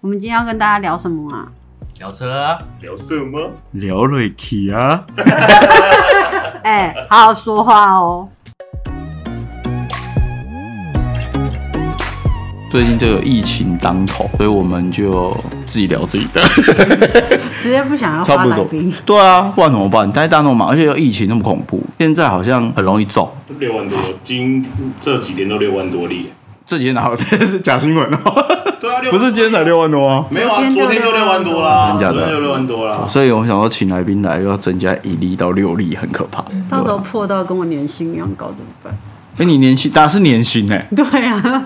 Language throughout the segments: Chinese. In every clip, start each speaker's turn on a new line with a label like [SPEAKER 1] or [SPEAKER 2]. [SPEAKER 1] 我们今天要跟大家聊什么啊？
[SPEAKER 2] 聊车，啊
[SPEAKER 3] 聊色吗？
[SPEAKER 4] 聊瑞奇啊，
[SPEAKER 1] 哎、好好说话哦。
[SPEAKER 4] 最近这个疫情当头，所以我们就自己聊自己 的，
[SPEAKER 1] 直接不想要
[SPEAKER 4] 差
[SPEAKER 1] 花
[SPEAKER 4] 不
[SPEAKER 1] 来
[SPEAKER 4] 多
[SPEAKER 1] 宾，。
[SPEAKER 4] 对啊，不然怎么办？太大诺嘛，而且又疫情那么恐怖，现在好像很容易中。
[SPEAKER 3] 都六万多，今这几天都六万多例。
[SPEAKER 4] 这几天哪有这是假新闻 哦？
[SPEAKER 3] 对啊，六
[SPEAKER 4] 不是今天才六万多哦。
[SPEAKER 3] 没有啊，昨天就六万多啦，
[SPEAKER 4] 真假的
[SPEAKER 3] 昨天就六万多啦。
[SPEAKER 4] 所以我想说，请来宾来又要增加一例到六例，很可怕。
[SPEAKER 1] 到时候
[SPEAKER 4] 对啊，
[SPEAKER 1] 破到跟我年薪一样高怎么办？
[SPEAKER 4] 哎、你年薪，大家是年薪哎、
[SPEAKER 1] 对啊，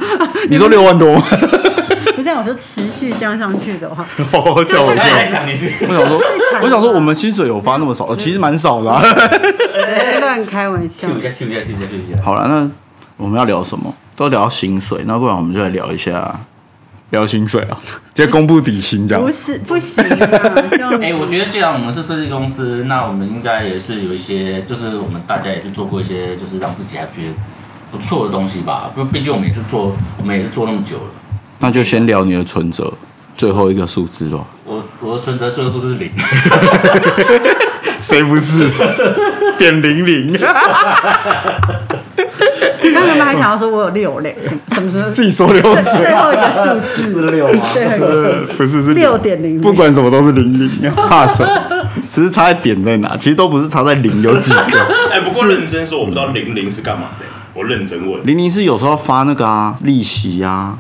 [SPEAKER 4] 你说六万多吗？
[SPEAKER 1] 不是我说持续降上去的话，
[SPEAKER 4] 好笑我
[SPEAKER 2] 我刚才想你是
[SPEAKER 4] 我想说
[SPEAKER 1] 惨，了
[SPEAKER 4] 我想说，我们薪水有发那么少？其实蛮少的、啊。
[SPEAKER 1] 乱开玩笑
[SPEAKER 2] Q 一下 Q 一下 Q 一下 Q 一下，
[SPEAKER 4] 好了，那我们要聊什么？都聊薪水，那不然我们就来聊一下聊薪水啊，直接公布底薪这
[SPEAKER 1] 不
[SPEAKER 4] 样。
[SPEAKER 1] 是不行啊！这样子
[SPEAKER 2] 哎、我觉得既然我们是设计公司，那我们应该也是有一些，就是我们大家也是做过一些，就是让自己还觉得不错的东西吧。不，毕竟我们也是做，我们也是做那么久了。
[SPEAKER 4] 那就先聊你的存折，最后一个数字哦吧。
[SPEAKER 2] 我我的存折最后数是零，
[SPEAKER 4] 谁不是？ 点零零，
[SPEAKER 1] 我刚原本还想要说我有六嘞，什么什么时候？
[SPEAKER 4] 自己说六折，
[SPEAKER 1] 最后一个数字，
[SPEAKER 2] 是六吗？
[SPEAKER 1] 最后一个数字。
[SPEAKER 4] 不是是
[SPEAKER 1] 6.00
[SPEAKER 4] 不管什么都是零零，怕什么？只是差在点在哪，其实都不是差在零有 几个。
[SPEAKER 3] 哎，不过认真说，我不知道零零是干嘛的，我认真问。
[SPEAKER 4] 零零是有时候发那个啊利息啊，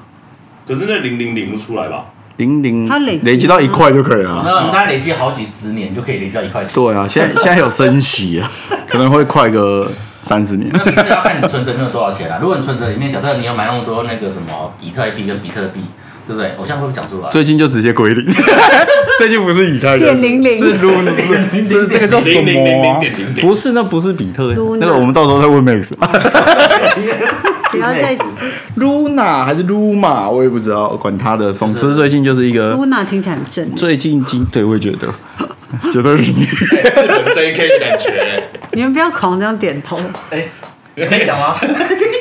[SPEAKER 3] 可是那零零领不出来 吧？
[SPEAKER 4] 零零
[SPEAKER 1] 它累积
[SPEAKER 4] 积到一块就可以了啊。
[SPEAKER 2] 那大概累积好几十年就可以累积到一块钱。
[SPEAKER 4] 对啊，现在现在有升息啊，可能会快个三十年。
[SPEAKER 2] 那你是要看你存折里面有多少钱啊。如果你存折里面，假设你有买那么多那个什么比特币跟比特币，对不对？我现在会不会讲出来？
[SPEAKER 4] 最近就直接归零， 最近不是以太
[SPEAKER 1] 点
[SPEAKER 4] 人，
[SPEAKER 1] 零零
[SPEAKER 4] 是 Luna，是那个叫什么啊
[SPEAKER 3] 点零零点零点零？
[SPEAKER 4] 不是，那不是比特
[SPEAKER 1] Luna，
[SPEAKER 4] 那个我们到时候再问 Max。
[SPEAKER 1] 不要再
[SPEAKER 4] Luna 还是 Luma，我也不知道，管他的。总之最近就是一个，
[SPEAKER 1] Luna 听起来很正，
[SPEAKER 4] 最近经对，我也觉得，绝对零。
[SPEAKER 3] JK 的感觉，
[SPEAKER 1] 你们不要狂这样点头。
[SPEAKER 2] 哎、可以讲吗？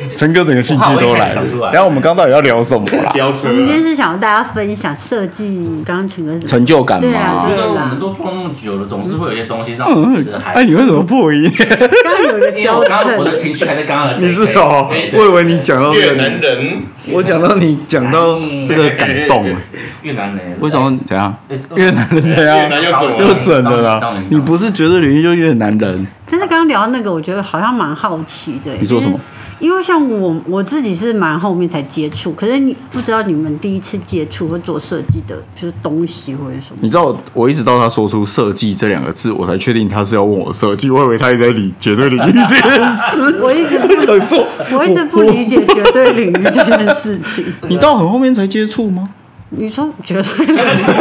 [SPEAKER 4] 陈哥整个兴趣
[SPEAKER 2] 我怕我
[SPEAKER 4] 都来
[SPEAKER 2] 一开始讲出
[SPEAKER 4] 了。
[SPEAKER 2] 来
[SPEAKER 4] 然后我们刚到底要聊什么啊啦？
[SPEAKER 3] 飙车
[SPEAKER 1] 我们今天是想要大家分享设计钢琴的
[SPEAKER 4] 成就感
[SPEAKER 1] 对啊
[SPEAKER 4] 吗
[SPEAKER 2] 觉？
[SPEAKER 1] 对
[SPEAKER 2] 得我们都做那么久了，总是会有一些东西让我们
[SPEAKER 4] 嗯
[SPEAKER 2] 觉得，还
[SPEAKER 4] 哎，你为什么破音？
[SPEAKER 1] 刚刚有一个
[SPEAKER 2] 因为
[SPEAKER 1] 交
[SPEAKER 2] 我刚刚我的
[SPEAKER 1] 层，
[SPEAKER 2] 情绪还在刚刚的 JK。
[SPEAKER 4] 你是哦
[SPEAKER 2] 对，哎对
[SPEAKER 4] 我以为你讲到
[SPEAKER 3] 越
[SPEAKER 4] 这个
[SPEAKER 3] 南，人
[SPEAKER 4] 我讲到你讲到这个感动 了。
[SPEAKER 2] 越南人也是，
[SPEAKER 4] 为什么怎样？
[SPEAKER 2] 哎
[SPEAKER 4] 啊越南人怎
[SPEAKER 3] 越
[SPEAKER 4] 样？
[SPEAKER 3] 南又怎么
[SPEAKER 4] 又
[SPEAKER 3] 了？
[SPEAKER 4] 整的啦！你 不是绝对领域就越南人，
[SPEAKER 1] 但是刚刚聊到那个，我觉得好像蛮好奇的。
[SPEAKER 4] 你说什么？
[SPEAKER 1] 因为像我我自己是蛮后面才接触，可是你不知道你们第一次接触或做设计的，就是东西或者什 么。
[SPEAKER 4] 你知道我，我一直到他说出“设计”这两个字，我才确定他是要问我设计。我以为他一直在理绝对领域这件事
[SPEAKER 1] 我一直不
[SPEAKER 4] 我想说，
[SPEAKER 1] 我一直不理解绝对领域这件事情。
[SPEAKER 4] 我。你到很后面才接触吗？
[SPEAKER 1] 你说绝对领域，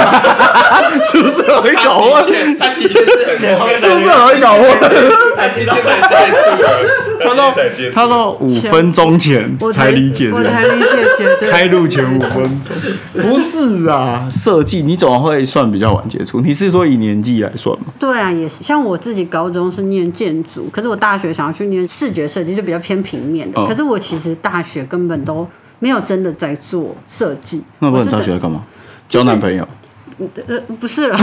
[SPEAKER 4] 是不是很搞
[SPEAKER 3] 的
[SPEAKER 4] 混？
[SPEAKER 3] 确，他的确是很好
[SPEAKER 4] 是不是很搞混？
[SPEAKER 3] 才接到下一次了，
[SPEAKER 4] 他
[SPEAKER 3] 到
[SPEAKER 4] 到他到五分钟前
[SPEAKER 1] 我
[SPEAKER 4] 才理解
[SPEAKER 1] 我
[SPEAKER 4] 这
[SPEAKER 1] 才
[SPEAKER 4] 个。
[SPEAKER 1] 理解绝对
[SPEAKER 4] 开路前五分钟，不是啊，设计你总会算比较晚接触。你是说以年纪来算吗？
[SPEAKER 1] 对啊，也是。像我自己高中是念建筑，可是我大学想要去念视觉设计，就比较偏平面的。
[SPEAKER 4] 哦
[SPEAKER 1] 可是我其实大学根本都没有真的在做设计。
[SPEAKER 4] 那不
[SPEAKER 1] 我
[SPEAKER 4] 然
[SPEAKER 1] 是
[SPEAKER 4] 大学干嘛？交男朋友？
[SPEAKER 1] 呃不是了，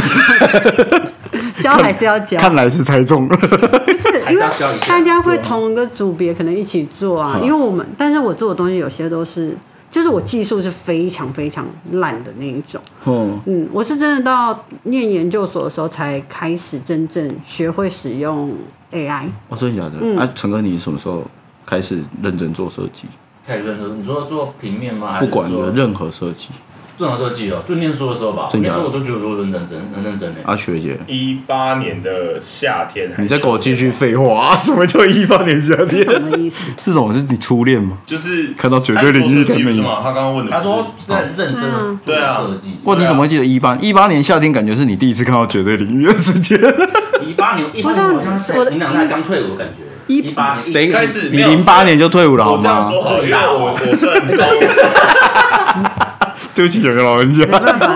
[SPEAKER 1] 教还是要教，
[SPEAKER 4] 看来是猜中了。
[SPEAKER 1] 是
[SPEAKER 2] 还
[SPEAKER 1] 因为
[SPEAKER 2] 是要教一下
[SPEAKER 1] 大家会同一个组别可能一起做啊。因为我们，但是我做的东西有些都是，就是我技术是非常非常烂的那一种。
[SPEAKER 4] 嗯，
[SPEAKER 1] 嗯，我是真的到念研究所的时候才开始真正学会使用 AI。
[SPEAKER 4] 我真的假的？啊，陈哥，你什么时候开始认真做设计？
[SPEAKER 2] 太认真，你说做平面吗？还
[SPEAKER 4] 不
[SPEAKER 2] 是
[SPEAKER 4] 管
[SPEAKER 2] 做
[SPEAKER 4] 的任何设计。
[SPEAKER 2] 任何设计哦，就念书的时候吧。
[SPEAKER 4] 真
[SPEAKER 2] 那
[SPEAKER 4] 假
[SPEAKER 2] 时
[SPEAKER 4] 的
[SPEAKER 2] 候我都觉得我很认真，很认真的。
[SPEAKER 4] 啊，学姐，
[SPEAKER 3] 一八年的夏天，
[SPEAKER 4] 你再给我继续废话、啊，什么叫一八年夏天？
[SPEAKER 1] 什么意思？
[SPEAKER 4] 这 种是你初恋吗？
[SPEAKER 3] 就是
[SPEAKER 4] 看到绝对领域的
[SPEAKER 3] 他
[SPEAKER 4] 魅力
[SPEAKER 3] 是说嘛，他刚刚问的
[SPEAKER 2] 他
[SPEAKER 3] 不是
[SPEAKER 2] 说在认真的
[SPEAKER 1] 嗯
[SPEAKER 2] 做
[SPEAKER 3] 对啊
[SPEAKER 2] 设计。
[SPEAKER 4] 哇，你怎么会记得一八一八年夏天？感觉是你第一次看到绝对领域的时 间。
[SPEAKER 2] 一八年，一八
[SPEAKER 1] 不是啊
[SPEAKER 2] 年好像
[SPEAKER 1] 我
[SPEAKER 2] 是
[SPEAKER 1] 的
[SPEAKER 2] 你们俩才刚退伍，感觉。
[SPEAKER 1] 一
[SPEAKER 2] 一八年
[SPEAKER 4] 谁
[SPEAKER 3] 开始
[SPEAKER 4] 你
[SPEAKER 3] 没有
[SPEAKER 4] 零八年就退伍了好
[SPEAKER 3] 我这样
[SPEAKER 4] 吗？
[SPEAKER 3] 说好了，因为我我虽然高，
[SPEAKER 4] 对不起，两个老人家。
[SPEAKER 1] 没办法，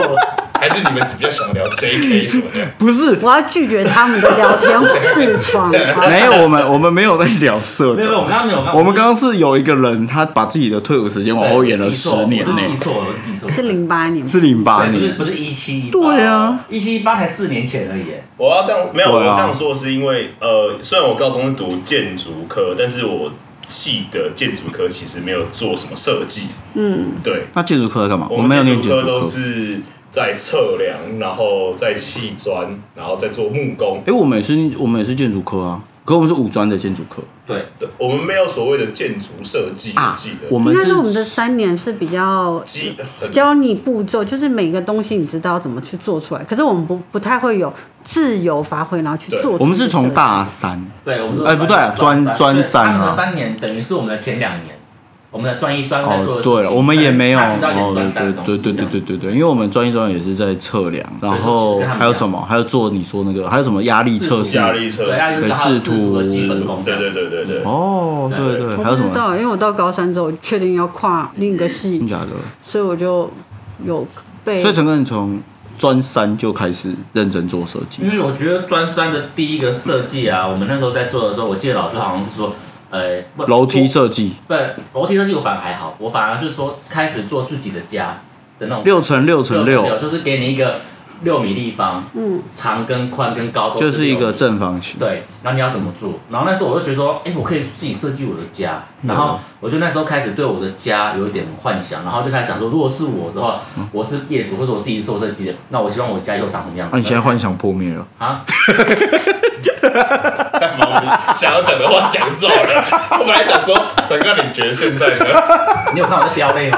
[SPEAKER 3] 还
[SPEAKER 5] 是你们比较想聊 JK 什么的？
[SPEAKER 4] 不是，
[SPEAKER 1] 我要拒绝他们的聊天视窗。好
[SPEAKER 4] 没有，我们 我们没有在聊色
[SPEAKER 2] 没有，没
[SPEAKER 4] 的。
[SPEAKER 2] 有，我们刚刚没有，
[SPEAKER 4] 我们刚刚是有一个人，他把自己的退伍时间往后延了
[SPEAKER 2] 记错
[SPEAKER 4] 十年
[SPEAKER 2] 我
[SPEAKER 4] 呢
[SPEAKER 2] 是，记错了，我是记错了，
[SPEAKER 1] 是零八年，
[SPEAKER 4] 是零
[SPEAKER 3] 啊
[SPEAKER 4] 八
[SPEAKER 2] 对不是
[SPEAKER 4] 年。
[SPEAKER 2] 不是一七一八，
[SPEAKER 4] 对啊，
[SPEAKER 2] 一七一八才四年前而已耶。
[SPEAKER 3] 我要这样，没有，我
[SPEAKER 4] 对啊
[SPEAKER 3] 这样说是因为，呃，虽然我高中是读建筑科，但是我系的建筑科其实没有做什么设计。嗯，对，
[SPEAKER 4] 那建筑科在干嘛？我
[SPEAKER 3] 我
[SPEAKER 4] 没有
[SPEAKER 3] 们
[SPEAKER 4] 念
[SPEAKER 3] 建筑
[SPEAKER 4] 建筑
[SPEAKER 3] 科都
[SPEAKER 4] 科。
[SPEAKER 3] 是在测量，然后在砌砖，然后再做木工。
[SPEAKER 4] 哎，我们也是，我们也是建筑科啊，可我们是五专的建筑科
[SPEAKER 2] 对，
[SPEAKER 3] 对我们没有所谓的建筑设计，我记得
[SPEAKER 4] 我
[SPEAKER 1] 应
[SPEAKER 4] 们
[SPEAKER 1] 该
[SPEAKER 4] 是
[SPEAKER 1] 是我们的三年是比较
[SPEAKER 3] 基很
[SPEAKER 1] 教你步骤，就是每个东西你知道怎么去做出来。可是我们不不太会有自由发挥，然后去
[SPEAKER 3] 对
[SPEAKER 1] 做出一个设计。
[SPEAKER 4] 我们是从大三，
[SPEAKER 2] 对，我们都
[SPEAKER 4] 哎不对啊专专三啊
[SPEAKER 2] 他们的三年等于是我们的前两年，我们的专一专二做
[SPEAKER 4] 哦，
[SPEAKER 2] 的。
[SPEAKER 4] 对了，我们 也没有
[SPEAKER 2] 他知道一点
[SPEAKER 4] 哦
[SPEAKER 2] 专三的，东
[SPEAKER 4] 对
[SPEAKER 2] 西
[SPEAKER 4] 对对对对对，因为我们专一专二也是在测量，然
[SPEAKER 2] 所以说其实
[SPEAKER 4] 后
[SPEAKER 2] 跟他们
[SPEAKER 4] 还有
[SPEAKER 2] 一样
[SPEAKER 4] 什么？还有做你说那个，还有什么压力测试？
[SPEAKER 3] 压力测
[SPEAKER 2] 对，他就
[SPEAKER 3] 试。
[SPEAKER 2] 是他的制图的基本功。
[SPEAKER 3] 对对对对对，
[SPEAKER 4] 哦，对对，还有
[SPEAKER 1] 我
[SPEAKER 4] 什
[SPEAKER 1] 不知
[SPEAKER 4] 么？
[SPEAKER 1] 道，因为我到高三之后确定要跨另一个
[SPEAKER 4] 真
[SPEAKER 1] 系，
[SPEAKER 4] 假的？
[SPEAKER 1] 所以我就有被。
[SPEAKER 4] 所以陈哥，你从专三就开始认真做设计
[SPEAKER 2] 因，为我觉得专三的第一个设计啊，我们那时候在做的时候，我记得老师好像是说，呃，不
[SPEAKER 4] 楼梯设计，
[SPEAKER 2] 不楼梯设计我反而还好，我反而是说开始做自己的家的那种
[SPEAKER 4] 六乘六乘
[SPEAKER 2] 六，
[SPEAKER 4] 六，
[SPEAKER 2] 就是给你一个六米立方，嗯，长跟宽跟高都
[SPEAKER 4] 就是一个
[SPEAKER 2] 正。
[SPEAKER 4] 正方形。
[SPEAKER 2] 对，然后你要怎么做？然后那时候我就觉得说，哎，我可以自己设计我的家。
[SPEAKER 4] 嗯
[SPEAKER 2] 然后我就那时候开始对我的家有一点幻想，然后就开始想说，如果是我的话，
[SPEAKER 4] 嗯
[SPEAKER 2] 我是业主或者我自己是做设计的，那我希望我家以后长什么样子？
[SPEAKER 4] 啊那你现在幻想破灭了，
[SPEAKER 2] 啊？
[SPEAKER 5] 干嘛？我们想要讲的话讲走了。我本来想说，陈哥，你觉得现在呢？
[SPEAKER 2] 你有看我在飙泪吗？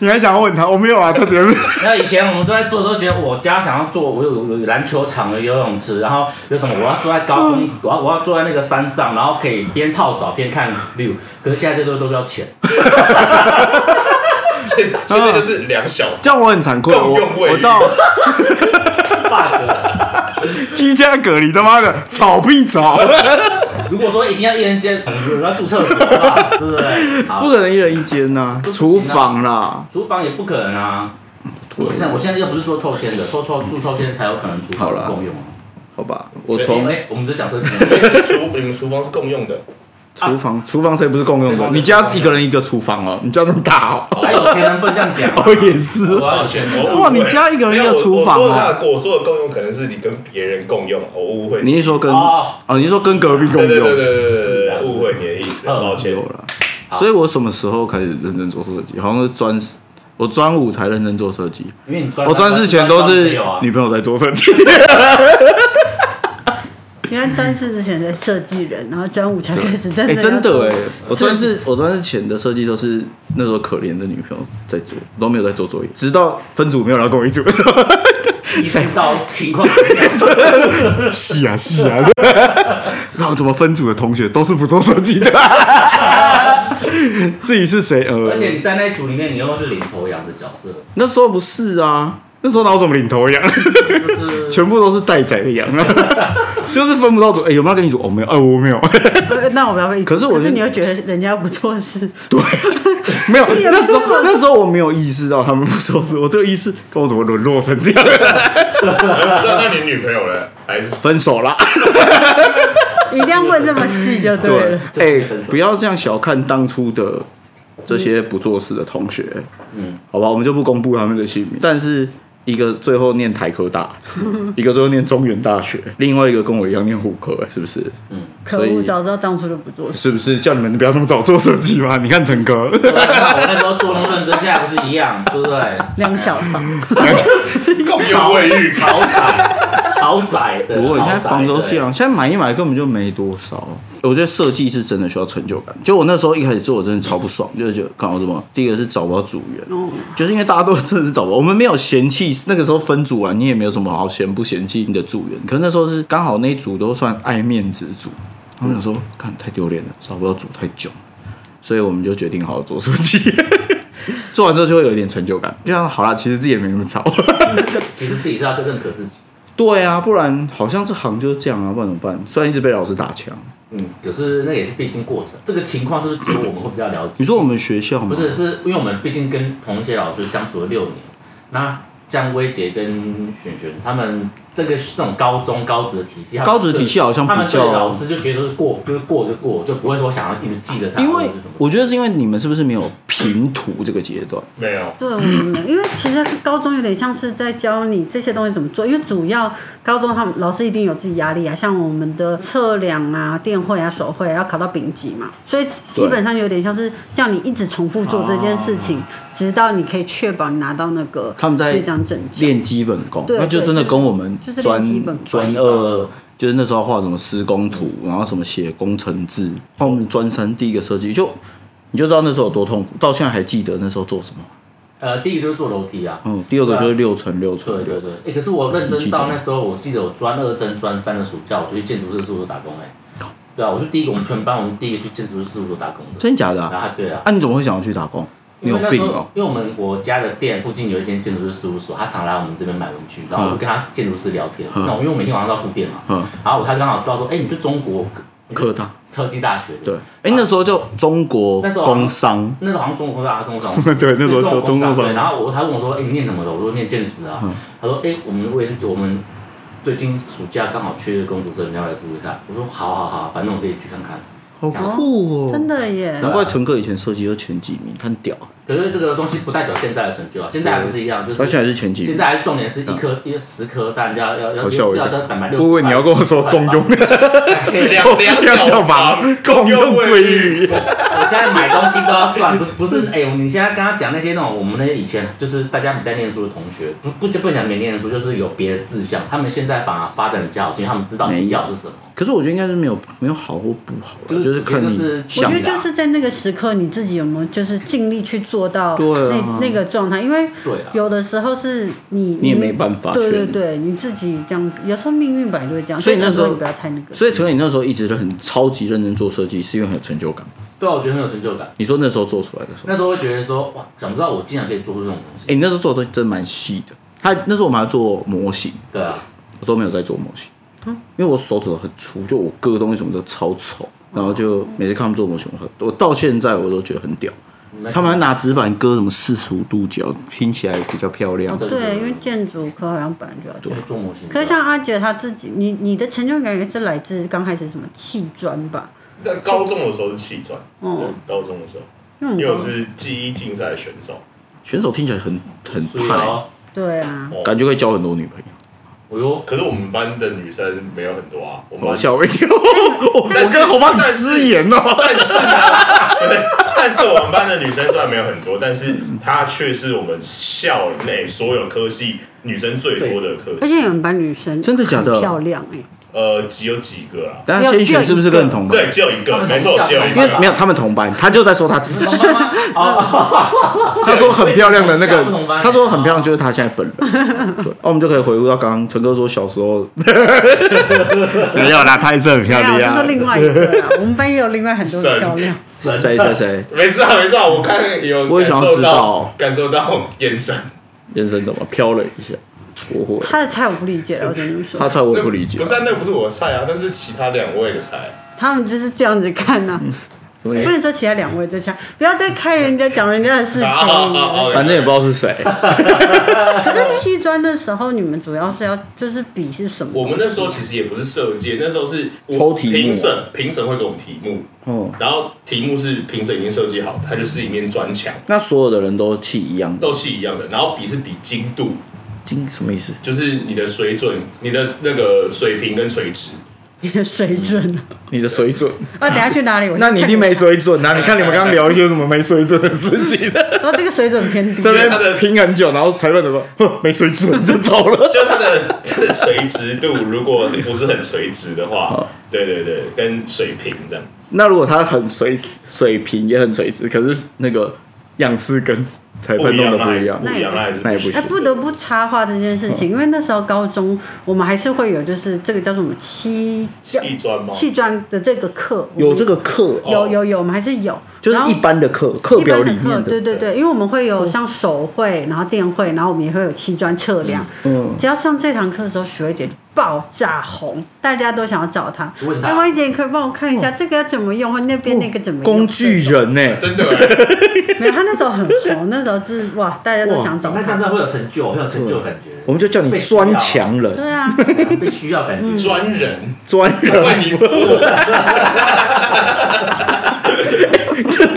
[SPEAKER 4] 你还想问他？我没有啊，他只是
[SPEAKER 2] 那以前我们都在做的时候，觉得我家想要做，我有有有篮球场、有游泳池，然后有什么我要坐在高空，我要我要坐在那个山上，然后可以边泡澡边看 view。可是现在这都都要钱，
[SPEAKER 5] 现在现在就是两小
[SPEAKER 4] 这样我很惭愧，
[SPEAKER 5] 共
[SPEAKER 4] 我
[SPEAKER 5] 用卫浴
[SPEAKER 4] 我到
[SPEAKER 2] 法国。
[SPEAKER 4] 居家隔离，他妈的草屁草，
[SPEAKER 2] 如果说一定要一人间，有人要住厕所的话，对不对？好
[SPEAKER 4] 不，可能一人一间呐，
[SPEAKER 2] 不行啊
[SPEAKER 4] 厨房啦，
[SPEAKER 2] 厨房也不可能啊。我现在我现在又不是做透天的，做透住透天才有可能厨
[SPEAKER 4] 好
[SPEAKER 2] 房
[SPEAKER 4] 啦
[SPEAKER 2] 共用啊。
[SPEAKER 4] 好吧，我
[SPEAKER 2] 对
[SPEAKER 4] 从
[SPEAKER 2] 哎，哎我们在讲设计，
[SPEAKER 5] 厨你们厨房是共用的，
[SPEAKER 4] 厨房，厨房谁不是共用
[SPEAKER 2] 厨
[SPEAKER 4] 的？
[SPEAKER 2] 房
[SPEAKER 4] 你家一个人一个厨房哦，你家那么大哦，
[SPEAKER 2] 还有钱人不能这样讲啊。
[SPEAKER 4] 哦也是哦
[SPEAKER 2] 我，要有 钱
[SPEAKER 5] 哦
[SPEAKER 2] 人啊。
[SPEAKER 4] 哇，你家一个人一
[SPEAKER 5] 没有
[SPEAKER 4] 个
[SPEAKER 5] 我
[SPEAKER 4] 厨房
[SPEAKER 5] 我说的
[SPEAKER 4] 哦，
[SPEAKER 5] 那我说的共用可能是你跟别人共用，我误会。
[SPEAKER 4] 你是说跟
[SPEAKER 2] 哦
[SPEAKER 4] 哦，你是说跟隔壁
[SPEAKER 5] 对
[SPEAKER 4] 共
[SPEAKER 5] 对对
[SPEAKER 4] 用？
[SPEAKER 5] 对对对对，误会你的意思，
[SPEAKER 2] 嗯
[SPEAKER 5] 抱歉
[SPEAKER 4] 有。了，所以我什么时候开始认真做设计？好像是专我专五才认真做设计，
[SPEAKER 2] 因为你专
[SPEAKER 4] 我专四前都
[SPEAKER 2] 专四
[SPEAKER 4] 是
[SPEAKER 2] 有啊
[SPEAKER 4] 女朋友在做设 计，
[SPEAKER 1] 原来专四之前在设计人，然后专五才开始真
[SPEAKER 4] 哎，
[SPEAKER 1] 的
[SPEAKER 4] 真的哎，我
[SPEAKER 1] 是
[SPEAKER 4] 专四我专四前的设计都是那时候可怜的女朋友在做，都没有在做作业，直到分组没有来跟我一组，
[SPEAKER 2] 意识到情况啊不一样。
[SPEAKER 4] 是啊是啊， 那我怎么分组的同学都是不做设计的？ 自己是谁？呃，
[SPEAKER 2] 而且你在那一组里面，你又是领头羊的角 色，
[SPEAKER 4] 那时候不是啊，那时候哪有什么领头羊，
[SPEAKER 2] 就是
[SPEAKER 4] 全部都是待宰的 羊啊，就是分不到组。哎、有没有跟你组？哦，没有，哦，我 没有，
[SPEAKER 1] 呃那我不要被。
[SPEAKER 4] 可是我
[SPEAKER 1] 可
[SPEAKER 4] 是
[SPEAKER 1] 是你又觉得人家不做事，
[SPEAKER 4] 对，没 有。那时候那时候我没有意识到他们不做事，我只有意识，跟我怎么沦落成这 样？
[SPEAKER 5] 那那你女朋友呢？还是
[SPEAKER 4] 分手啦。
[SPEAKER 1] 一定要问这么细就对
[SPEAKER 4] 对
[SPEAKER 1] 了。，
[SPEAKER 4] 哎、不要这样小看当初的这些不做事的同学，嗯，好吧，我们就不公布他们的姓名，但是。一个最后念台科 大，一个最后念中原大学，另外一个跟我一样念虎科、哎是不是？
[SPEAKER 1] 可
[SPEAKER 4] 所
[SPEAKER 1] 恶，
[SPEAKER 4] 以
[SPEAKER 1] 早知道当初就不做事。
[SPEAKER 4] 是不是叫你们不要那么早做设计嘛？你看陈哥，
[SPEAKER 2] 啊我那时候做那么认真，现在不是一样，对不对？
[SPEAKER 1] 两小房，
[SPEAKER 5] 共用卫浴？
[SPEAKER 2] 豪宅，豪宅的。
[SPEAKER 4] 不过现在
[SPEAKER 2] 豪宅
[SPEAKER 4] 房都
[SPEAKER 2] 对
[SPEAKER 4] 这样，现在买一买根本就没多少。我觉得设计是真的需要成就感。就我那时候一开始做，我真的超不爽，就是觉得搞什么？第一个是找不到组员，
[SPEAKER 2] 哦
[SPEAKER 4] 就是因为大家都真的是找不到，我们没有嫌弃那个时候分组啊，你也没有什么好嫌不嫌弃你的组员。可是那时候是刚好那一组都算爱面子组，
[SPEAKER 2] 嗯
[SPEAKER 4] 他们想说，看太丢脸了，找不到组太囧，所以我们就决定好好做设计。 做完之后就会有一点成就感，就像好啦，其实自己也没那么糟。
[SPEAKER 2] 其实自己是要更认可自己，
[SPEAKER 4] 对啊，不然好像这行就是这样啊，不然怎么办？虽然一直被老师打枪，
[SPEAKER 2] 嗯，可是那也是必经过程。这个情况是不是只有我们会比较了解？
[SPEAKER 4] 你说我们学校吗？
[SPEAKER 2] 不是，是因为我们毕竟跟同一些老师相处了六年，那像威杰跟璇璇他们这个这种高中高职的体系，他们
[SPEAKER 4] 高职体系好像
[SPEAKER 2] 他们
[SPEAKER 4] 比
[SPEAKER 2] 对老
[SPEAKER 4] 较，
[SPEAKER 2] 师就觉得就是过就是过就过，就不会说想要一直记着他
[SPEAKER 4] 因
[SPEAKER 2] 或
[SPEAKER 4] 为
[SPEAKER 2] 者是什么。
[SPEAKER 4] 我觉得是因为你们是不是没有平图这个阶段？
[SPEAKER 5] 没 有，
[SPEAKER 1] 对，我们嗯因为其实高中有点像是在教你这些东西怎么做，因为主要高中他们老师一定有自己压力啊，像我们的测量啊、电绘啊、手绘啊，要考到丙级嘛，所以基本上有点像是叫你一直重复做这件事情，直到你可以确保你拿到那个
[SPEAKER 4] 啊他们在
[SPEAKER 1] 那张证照。
[SPEAKER 4] 练基本功，
[SPEAKER 1] 对
[SPEAKER 4] 那就真的跟我们
[SPEAKER 1] 就是
[SPEAKER 4] 专
[SPEAKER 1] 练基本功
[SPEAKER 4] 专二，就是那时候画什么施工图，然后什么写工程字，然后我们专三第一个设计就。你就知道那时候有多痛苦，到现在还记得那时候做什么。
[SPEAKER 2] 呃，第一个就是坐楼梯啊，
[SPEAKER 4] 嗯，第二个就是六乘六乘
[SPEAKER 2] 对
[SPEAKER 4] 六
[SPEAKER 2] 对，对，哎、可是我认真到那时候，我记得我专二、升专三的暑假，我就去建筑师事务所打工哎、对啊，我是第一个，我们全班我们第一个去建筑师事务所打工的。
[SPEAKER 4] 哦真假的啊？
[SPEAKER 2] 然后对啊，
[SPEAKER 4] 啊，你怎么会想要去打工？你
[SPEAKER 2] 因
[SPEAKER 4] 有
[SPEAKER 2] 为那时
[SPEAKER 4] 病
[SPEAKER 2] 候
[SPEAKER 4] 哦！
[SPEAKER 2] 因为我们我家的店附近有一间建筑师事务所，他常来我们这边买文具，然后我就跟他建筑师聊天。那我因为我每天晚上都要顾店嘛，
[SPEAKER 4] 嗯
[SPEAKER 2] 然后他刚好知道说，哎、你是中国
[SPEAKER 4] 科大
[SPEAKER 2] 科技大学的，
[SPEAKER 4] 对，哎，那时候叫中国
[SPEAKER 2] 那时候好像
[SPEAKER 4] 工商，
[SPEAKER 2] 那时候好像中国科大还是中国
[SPEAKER 4] 对那时候就中嗯国
[SPEAKER 2] 国啊
[SPEAKER 4] 商
[SPEAKER 2] 对然后我他问我说：“哎、你念什么的？”我说：“念建筑的、啊。他说：“哎、我们我也是我们最近暑假刚好缺工读生，你要来试试看。”我说：“好好好，反正我可以去看看。
[SPEAKER 4] 好酷哦！
[SPEAKER 1] 真，的耶！
[SPEAKER 4] 难怪陈哥以前设计就前几名，他很屌，”
[SPEAKER 2] 可是这个东西不代表现在的成就啊，现在还不是一样，就
[SPEAKER 4] 他
[SPEAKER 2] 是
[SPEAKER 4] 现在是前几
[SPEAKER 2] 现
[SPEAKER 4] 名。嗯
[SPEAKER 2] 在还重点是一颗一十颗蛋要要要
[SPEAKER 4] 好笑
[SPEAKER 2] 要
[SPEAKER 4] 我一跳
[SPEAKER 2] 要蛋白六十。
[SPEAKER 4] 不会，你要跟我说公用
[SPEAKER 5] 两两 小房，
[SPEAKER 4] 公用罪狱，
[SPEAKER 2] 我现在买东西都要算，不是不是，哎、你现在刚刚讲那些那种我们那些以前就是大家没在念书的同学，不不就不讲没念书，就是有别的志向，他们现在反而发展比较好，因为他们知道自己要的是什么。
[SPEAKER 4] 可是我觉得应该是没有没有好或不好啦，
[SPEAKER 2] 就是
[SPEAKER 4] 就是看
[SPEAKER 2] 我
[SPEAKER 4] 你
[SPEAKER 2] 觉得就是
[SPEAKER 1] 我
[SPEAKER 4] 想
[SPEAKER 1] 觉得
[SPEAKER 4] 的
[SPEAKER 1] 就
[SPEAKER 4] 啊。
[SPEAKER 1] 是在那个时刻，你自己有没有就是尽力去做到
[SPEAKER 4] 对
[SPEAKER 1] 那、
[SPEAKER 4] 啊
[SPEAKER 1] 那个状态？因为
[SPEAKER 2] 对啊
[SPEAKER 1] 有的时候是你
[SPEAKER 4] 你也没办法
[SPEAKER 1] 对对
[SPEAKER 4] 选
[SPEAKER 1] 对，你自己这样子，有时候命运本来就会这样，
[SPEAKER 4] 所以那
[SPEAKER 1] 常
[SPEAKER 4] 时候
[SPEAKER 1] 常也不要太那个。
[SPEAKER 4] 所以陈哥，你那时候一直都很超级认真做设计，是因为很有成就感。
[SPEAKER 2] 对啊，我觉得很有成就感。
[SPEAKER 4] 你说那时候做出来的时候，
[SPEAKER 2] 那时候会觉得说，哇，想不到我竟然可以做出这种东西。
[SPEAKER 4] 哎、你那时候做的东西真的蛮细的。他那时候我们还做模型，
[SPEAKER 2] 对啊，
[SPEAKER 4] 我都没有在做模型，
[SPEAKER 3] 嗯
[SPEAKER 4] 因为我手指头很粗，就我割东西什么都超丑，然后
[SPEAKER 3] 哦
[SPEAKER 4] 就每次看他们做模型，我很我到现在我都觉得很屌。他们还拿纸板割什么四十五度角，拼起来比较漂亮。
[SPEAKER 3] 哦
[SPEAKER 2] 对
[SPEAKER 1] 对，因为建筑科好像本来就要做。
[SPEAKER 2] 对做模型。
[SPEAKER 1] 可是像阿杰他自己，你你的成就感也是来自刚开始什么砌砖吧？
[SPEAKER 3] 但高中的时候是砌砖，对
[SPEAKER 1] 嗯，
[SPEAKER 3] 高中的时候，
[SPEAKER 1] 因为
[SPEAKER 3] 因
[SPEAKER 1] 我
[SPEAKER 3] 为
[SPEAKER 1] 们
[SPEAKER 3] 我
[SPEAKER 1] 都
[SPEAKER 3] 是记忆竞赛选手，
[SPEAKER 4] 选手听起来很很
[SPEAKER 2] 所以
[SPEAKER 3] 啊
[SPEAKER 4] 派、
[SPEAKER 2] 哦，哎
[SPEAKER 1] 对啊，
[SPEAKER 4] 感觉可以交很多女朋友。
[SPEAKER 2] 我哟，
[SPEAKER 3] 可是我们班的女生没有很多啊，我们
[SPEAKER 4] 我
[SPEAKER 3] 班
[SPEAKER 4] 吓我一跳， 我
[SPEAKER 3] 但是
[SPEAKER 4] 跟红帮你失言哦。
[SPEAKER 3] 但是呢，但是我们班的女生虽然没有很多，但是她却是我们校内所有科系女生最多的科
[SPEAKER 1] 而
[SPEAKER 3] 系，
[SPEAKER 1] 且你们班女生
[SPEAKER 4] 真的假的
[SPEAKER 1] 很漂亮哎、
[SPEAKER 3] 呃，只有几个啊？
[SPEAKER 4] 但先选是不是跟你同班？
[SPEAKER 3] 对，只有一
[SPEAKER 2] 他
[SPEAKER 3] 个，
[SPEAKER 2] 们
[SPEAKER 3] 没错，
[SPEAKER 2] 同校
[SPEAKER 3] 只有一
[SPEAKER 4] 因为
[SPEAKER 3] 个。
[SPEAKER 4] 没有他们同班，他就在说他自己。
[SPEAKER 2] 哦，
[SPEAKER 4] 他说很漂亮的那
[SPEAKER 2] 我
[SPEAKER 4] 个
[SPEAKER 2] 以为你们是不同，班
[SPEAKER 4] 他说很漂亮就是他现在本人。 对，哦，我们就可以回顾到刚刚陈哥说小时候 没有啦，他还是很漂啊
[SPEAKER 1] 没有，我就说另外一 个啊，我们班也有另外很多
[SPEAKER 3] 神
[SPEAKER 1] 很漂亮。
[SPEAKER 4] 谁谁谁，
[SPEAKER 3] 没事啊，没事啊，我看有
[SPEAKER 4] 我也
[SPEAKER 3] 感
[SPEAKER 4] 想要
[SPEAKER 3] 受
[SPEAKER 4] 知
[SPEAKER 3] 到
[SPEAKER 4] 道，
[SPEAKER 3] 感受到眼神。
[SPEAKER 4] 眼神怎么飘了一下？不会，
[SPEAKER 1] 他的菜我不理解了，我只能说
[SPEAKER 4] 他猜我也不理解
[SPEAKER 3] 不。是、啊，那不是我的菜啊，但是其他两位的菜。啊
[SPEAKER 1] 他们就是这样子看呐、
[SPEAKER 4] 嗯什么
[SPEAKER 1] 不能说其他两位这样，不要再开人家讲人家的事
[SPEAKER 3] 啊
[SPEAKER 1] 情了。
[SPEAKER 4] 反正也不知道是谁。
[SPEAKER 1] 可是砌砖的时候，你们主要是要就是比是什么？
[SPEAKER 3] 我们那时候其实也不是设计，那时候是我
[SPEAKER 4] 抽题目啊
[SPEAKER 3] 评审评审会给我们题目，
[SPEAKER 4] 嗯，
[SPEAKER 3] 然后题目是评审已经设计好，它就是一面砖墙，
[SPEAKER 4] 那所有的人都气一样的，
[SPEAKER 3] 都是一样的，然后比是比精度，
[SPEAKER 4] 金什么意思？
[SPEAKER 3] 就是你的水准、你的那个水平跟垂直。
[SPEAKER 1] 你的 水准啊？
[SPEAKER 4] 你的水准？
[SPEAKER 1] 啊，等下去哪里？我去
[SPEAKER 4] 那你一定
[SPEAKER 1] 看
[SPEAKER 4] 没 水准啊！你看你们刚刚聊一些什么没水准的事情，
[SPEAKER 1] 看。然后哦这个水准偏低。
[SPEAKER 4] 这边拼很久，然后裁判怎么哼没水准就走了。
[SPEAKER 3] 就它的它的垂直度，如果不是很垂直的话，对对对，跟水平这样。
[SPEAKER 4] 那如果它很垂水平也很垂直，可是那个样式跟裁判弄的不一样
[SPEAKER 3] 不，一样，那还是
[SPEAKER 4] 那也不行
[SPEAKER 1] 哎，不得不插话这件事情，因为那时候高中我们还是会有，就是这个叫什么砌
[SPEAKER 3] 砌砖吗？
[SPEAKER 1] 砌砖的这个课，我们
[SPEAKER 4] 有这个课哦
[SPEAKER 1] 有有有，我们还是有。
[SPEAKER 4] 就是
[SPEAKER 1] 然后
[SPEAKER 4] 一般的嗯课课
[SPEAKER 1] 一
[SPEAKER 4] 表
[SPEAKER 1] 般
[SPEAKER 4] 里
[SPEAKER 1] 的
[SPEAKER 4] 面
[SPEAKER 1] 课，对对对，因为我们会有像手绘，然后电绘，然后我们也会有砌砖测量。
[SPEAKER 4] 嗯，
[SPEAKER 1] 只要上这堂课的时候，许慧姐就爆炸红，大家都想要找她。
[SPEAKER 2] 问她
[SPEAKER 1] 要不然姐，你可以帮我看一下这个要怎么用，或那边那个怎么用？
[SPEAKER 4] 哦工具人呢、哎
[SPEAKER 5] 真的欸，
[SPEAKER 1] 没有，她那时候很红，那时候是哇，大家都想找
[SPEAKER 2] 那这
[SPEAKER 1] 她
[SPEAKER 2] 样真。的会有成就，很有成就感觉。
[SPEAKER 4] 我们就叫你
[SPEAKER 2] 被需要
[SPEAKER 4] 砖墙人、
[SPEAKER 1] 对 嗯啊，
[SPEAKER 2] 被需要感觉。
[SPEAKER 5] 专人
[SPEAKER 4] 砖
[SPEAKER 5] 为
[SPEAKER 4] 人，
[SPEAKER 5] 你服务，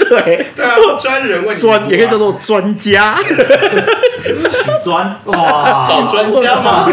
[SPEAKER 4] 对，
[SPEAKER 3] 对啊，专人为你服务
[SPEAKER 4] 砖
[SPEAKER 3] 啊
[SPEAKER 4] 哎也可以叫做专家。
[SPEAKER 2] 取 砖哇，
[SPEAKER 3] 啊
[SPEAKER 5] 找专家吗？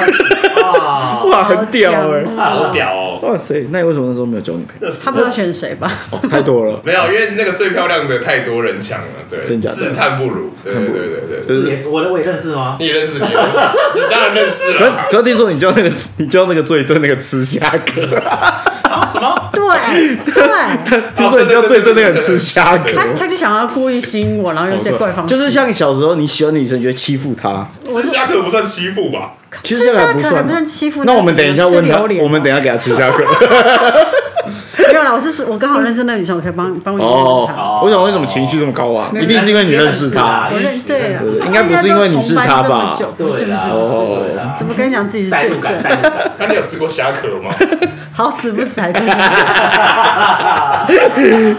[SPEAKER 2] 哇，
[SPEAKER 4] 哇，很屌哎、
[SPEAKER 5] 好屌哦！
[SPEAKER 4] 哇塞，那你为什么那时候没有交女朋友？
[SPEAKER 3] 那时
[SPEAKER 1] 她
[SPEAKER 3] 候
[SPEAKER 1] 不知道选谁吧？
[SPEAKER 4] 哦太多了，
[SPEAKER 5] 没有，因为那个最漂亮的太多人抢了，对，
[SPEAKER 4] 真假的
[SPEAKER 5] 自叹不如，对对对对对，
[SPEAKER 2] 也是我的我也认识吗？
[SPEAKER 5] 你认识你认识，你当然认识
[SPEAKER 4] 可
[SPEAKER 5] 了。
[SPEAKER 4] 可是听说你教那个你教那个最正那个吃虾哥，
[SPEAKER 3] 啊什么？
[SPEAKER 1] 对 对，
[SPEAKER 4] 听说你教最正那个很吃虾哥。
[SPEAKER 1] 她她就想要故意吸引我，然后用一些怪方式。
[SPEAKER 4] 哦
[SPEAKER 1] 啊
[SPEAKER 4] 就是像小时候你喜欢的女生，你就会欺负她。
[SPEAKER 5] 吃虾可不算欺负吧？
[SPEAKER 4] 其实这个还不
[SPEAKER 1] 吃虾啊可能
[SPEAKER 4] 算啊
[SPEAKER 1] 不算欺负
[SPEAKER 4] 那我们等一下问
[SPEAKER 1] 那
[SPEAKER 4] 她，
[SPEAKER 1] 只是榴莲啊
[SPEAKER 4] 我们等一下给她吃 虾哥。
[SPEAKER 1] 没有啦，我是说我刚好认识那个女生，我可以帮帮我你问她。
[SPEAKER 4] 哦，我想为什么情绪这么高啊？一定是因为你认识她。
[SPEAKER 1] 我认对啊，
[SPEAKER 4] 应该不是因为你是他
[SPEAKER 1] 大
[SPEAKER 4] 吧哦
[SPEAKER 1] 家都同班这么久不是
[SPEAKER 2] 对
[SPEAKER 1] 不是
[SPEAKER 2] 啦，
[SPEAKER 1] 不是，
[SPEAKER 2] 对啦，
[SPEAKER 1] 怎么 跟你讲自己是
[SPEAKER 2] 代
[SPEAKER 1] 最
[SPEAKER 2] 入感，
[SPEAKER 1] 正？
[SPEAKER 2] 代 入感，
[SPEAKER 5] 那你有吃过虾壳吗？
[SPEAKER 1] 好死不死还真是，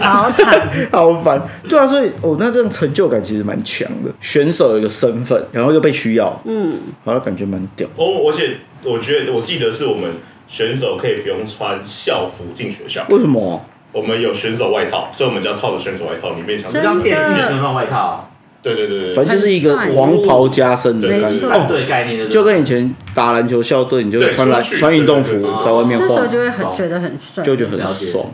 [SPEAKER 1] 好惨。
[SPEAKER 4] 好烦。对啊，所以哦，那这样成就感其实蛮强的。选手有一个身份，然后又被需要，嗯，好像感觉蛮屌。
[SPEAKER 3] 哦，而且我觉得我记得是我们选手可以不用穿校服进学校，
[SPEAKER 4] 为什么啊、
[SPEAKER 3] 我们有选手外套，所以我们就要套着选手外套里面想
[SPEAKER 2] 这
[SPEAKER 1] 真
[SPEAKER 2] 张
[SPEAKER 1] 的
[SPEAKER 2] 电子旋转外套，
[SPEAKER 3] 对对对对
[SPEAKER 4] 反
[SPEAKER 3] 对，
[SPEAKER 4] 正就是一个黄袍加身的感
[SPEAKER 1] 没
[SPEAKER 4] 觉。
[SPEAKER 1] 错
[SPEAKER 4] 哦，
[SPEAKER 2] 对概念的，
[SPEAKER 4] 就跟以前打篮球校队，你就
[SPEAKER 3] 对
[SPEAKER 4] 穿篮
[SPEAKER 3] 出去
[SPEAKER 4] 穿运动服
[SPEAKER 3] 对对对
[SPEAKER 4] 在外面
[SPEAKER 1] 那时候
[SPEAKER 4] 晃，
[SPEAKER 1] 就会很
[SPEAKER 2] 懂
[SPEAKER 1] 觉得很帅，
[SPEAKER 4] 就觉得
[SPEAKER 2] 了
[SPEAKER 4] 很
[SPEAKER 2] 解
[SPEAKER 4] 爽。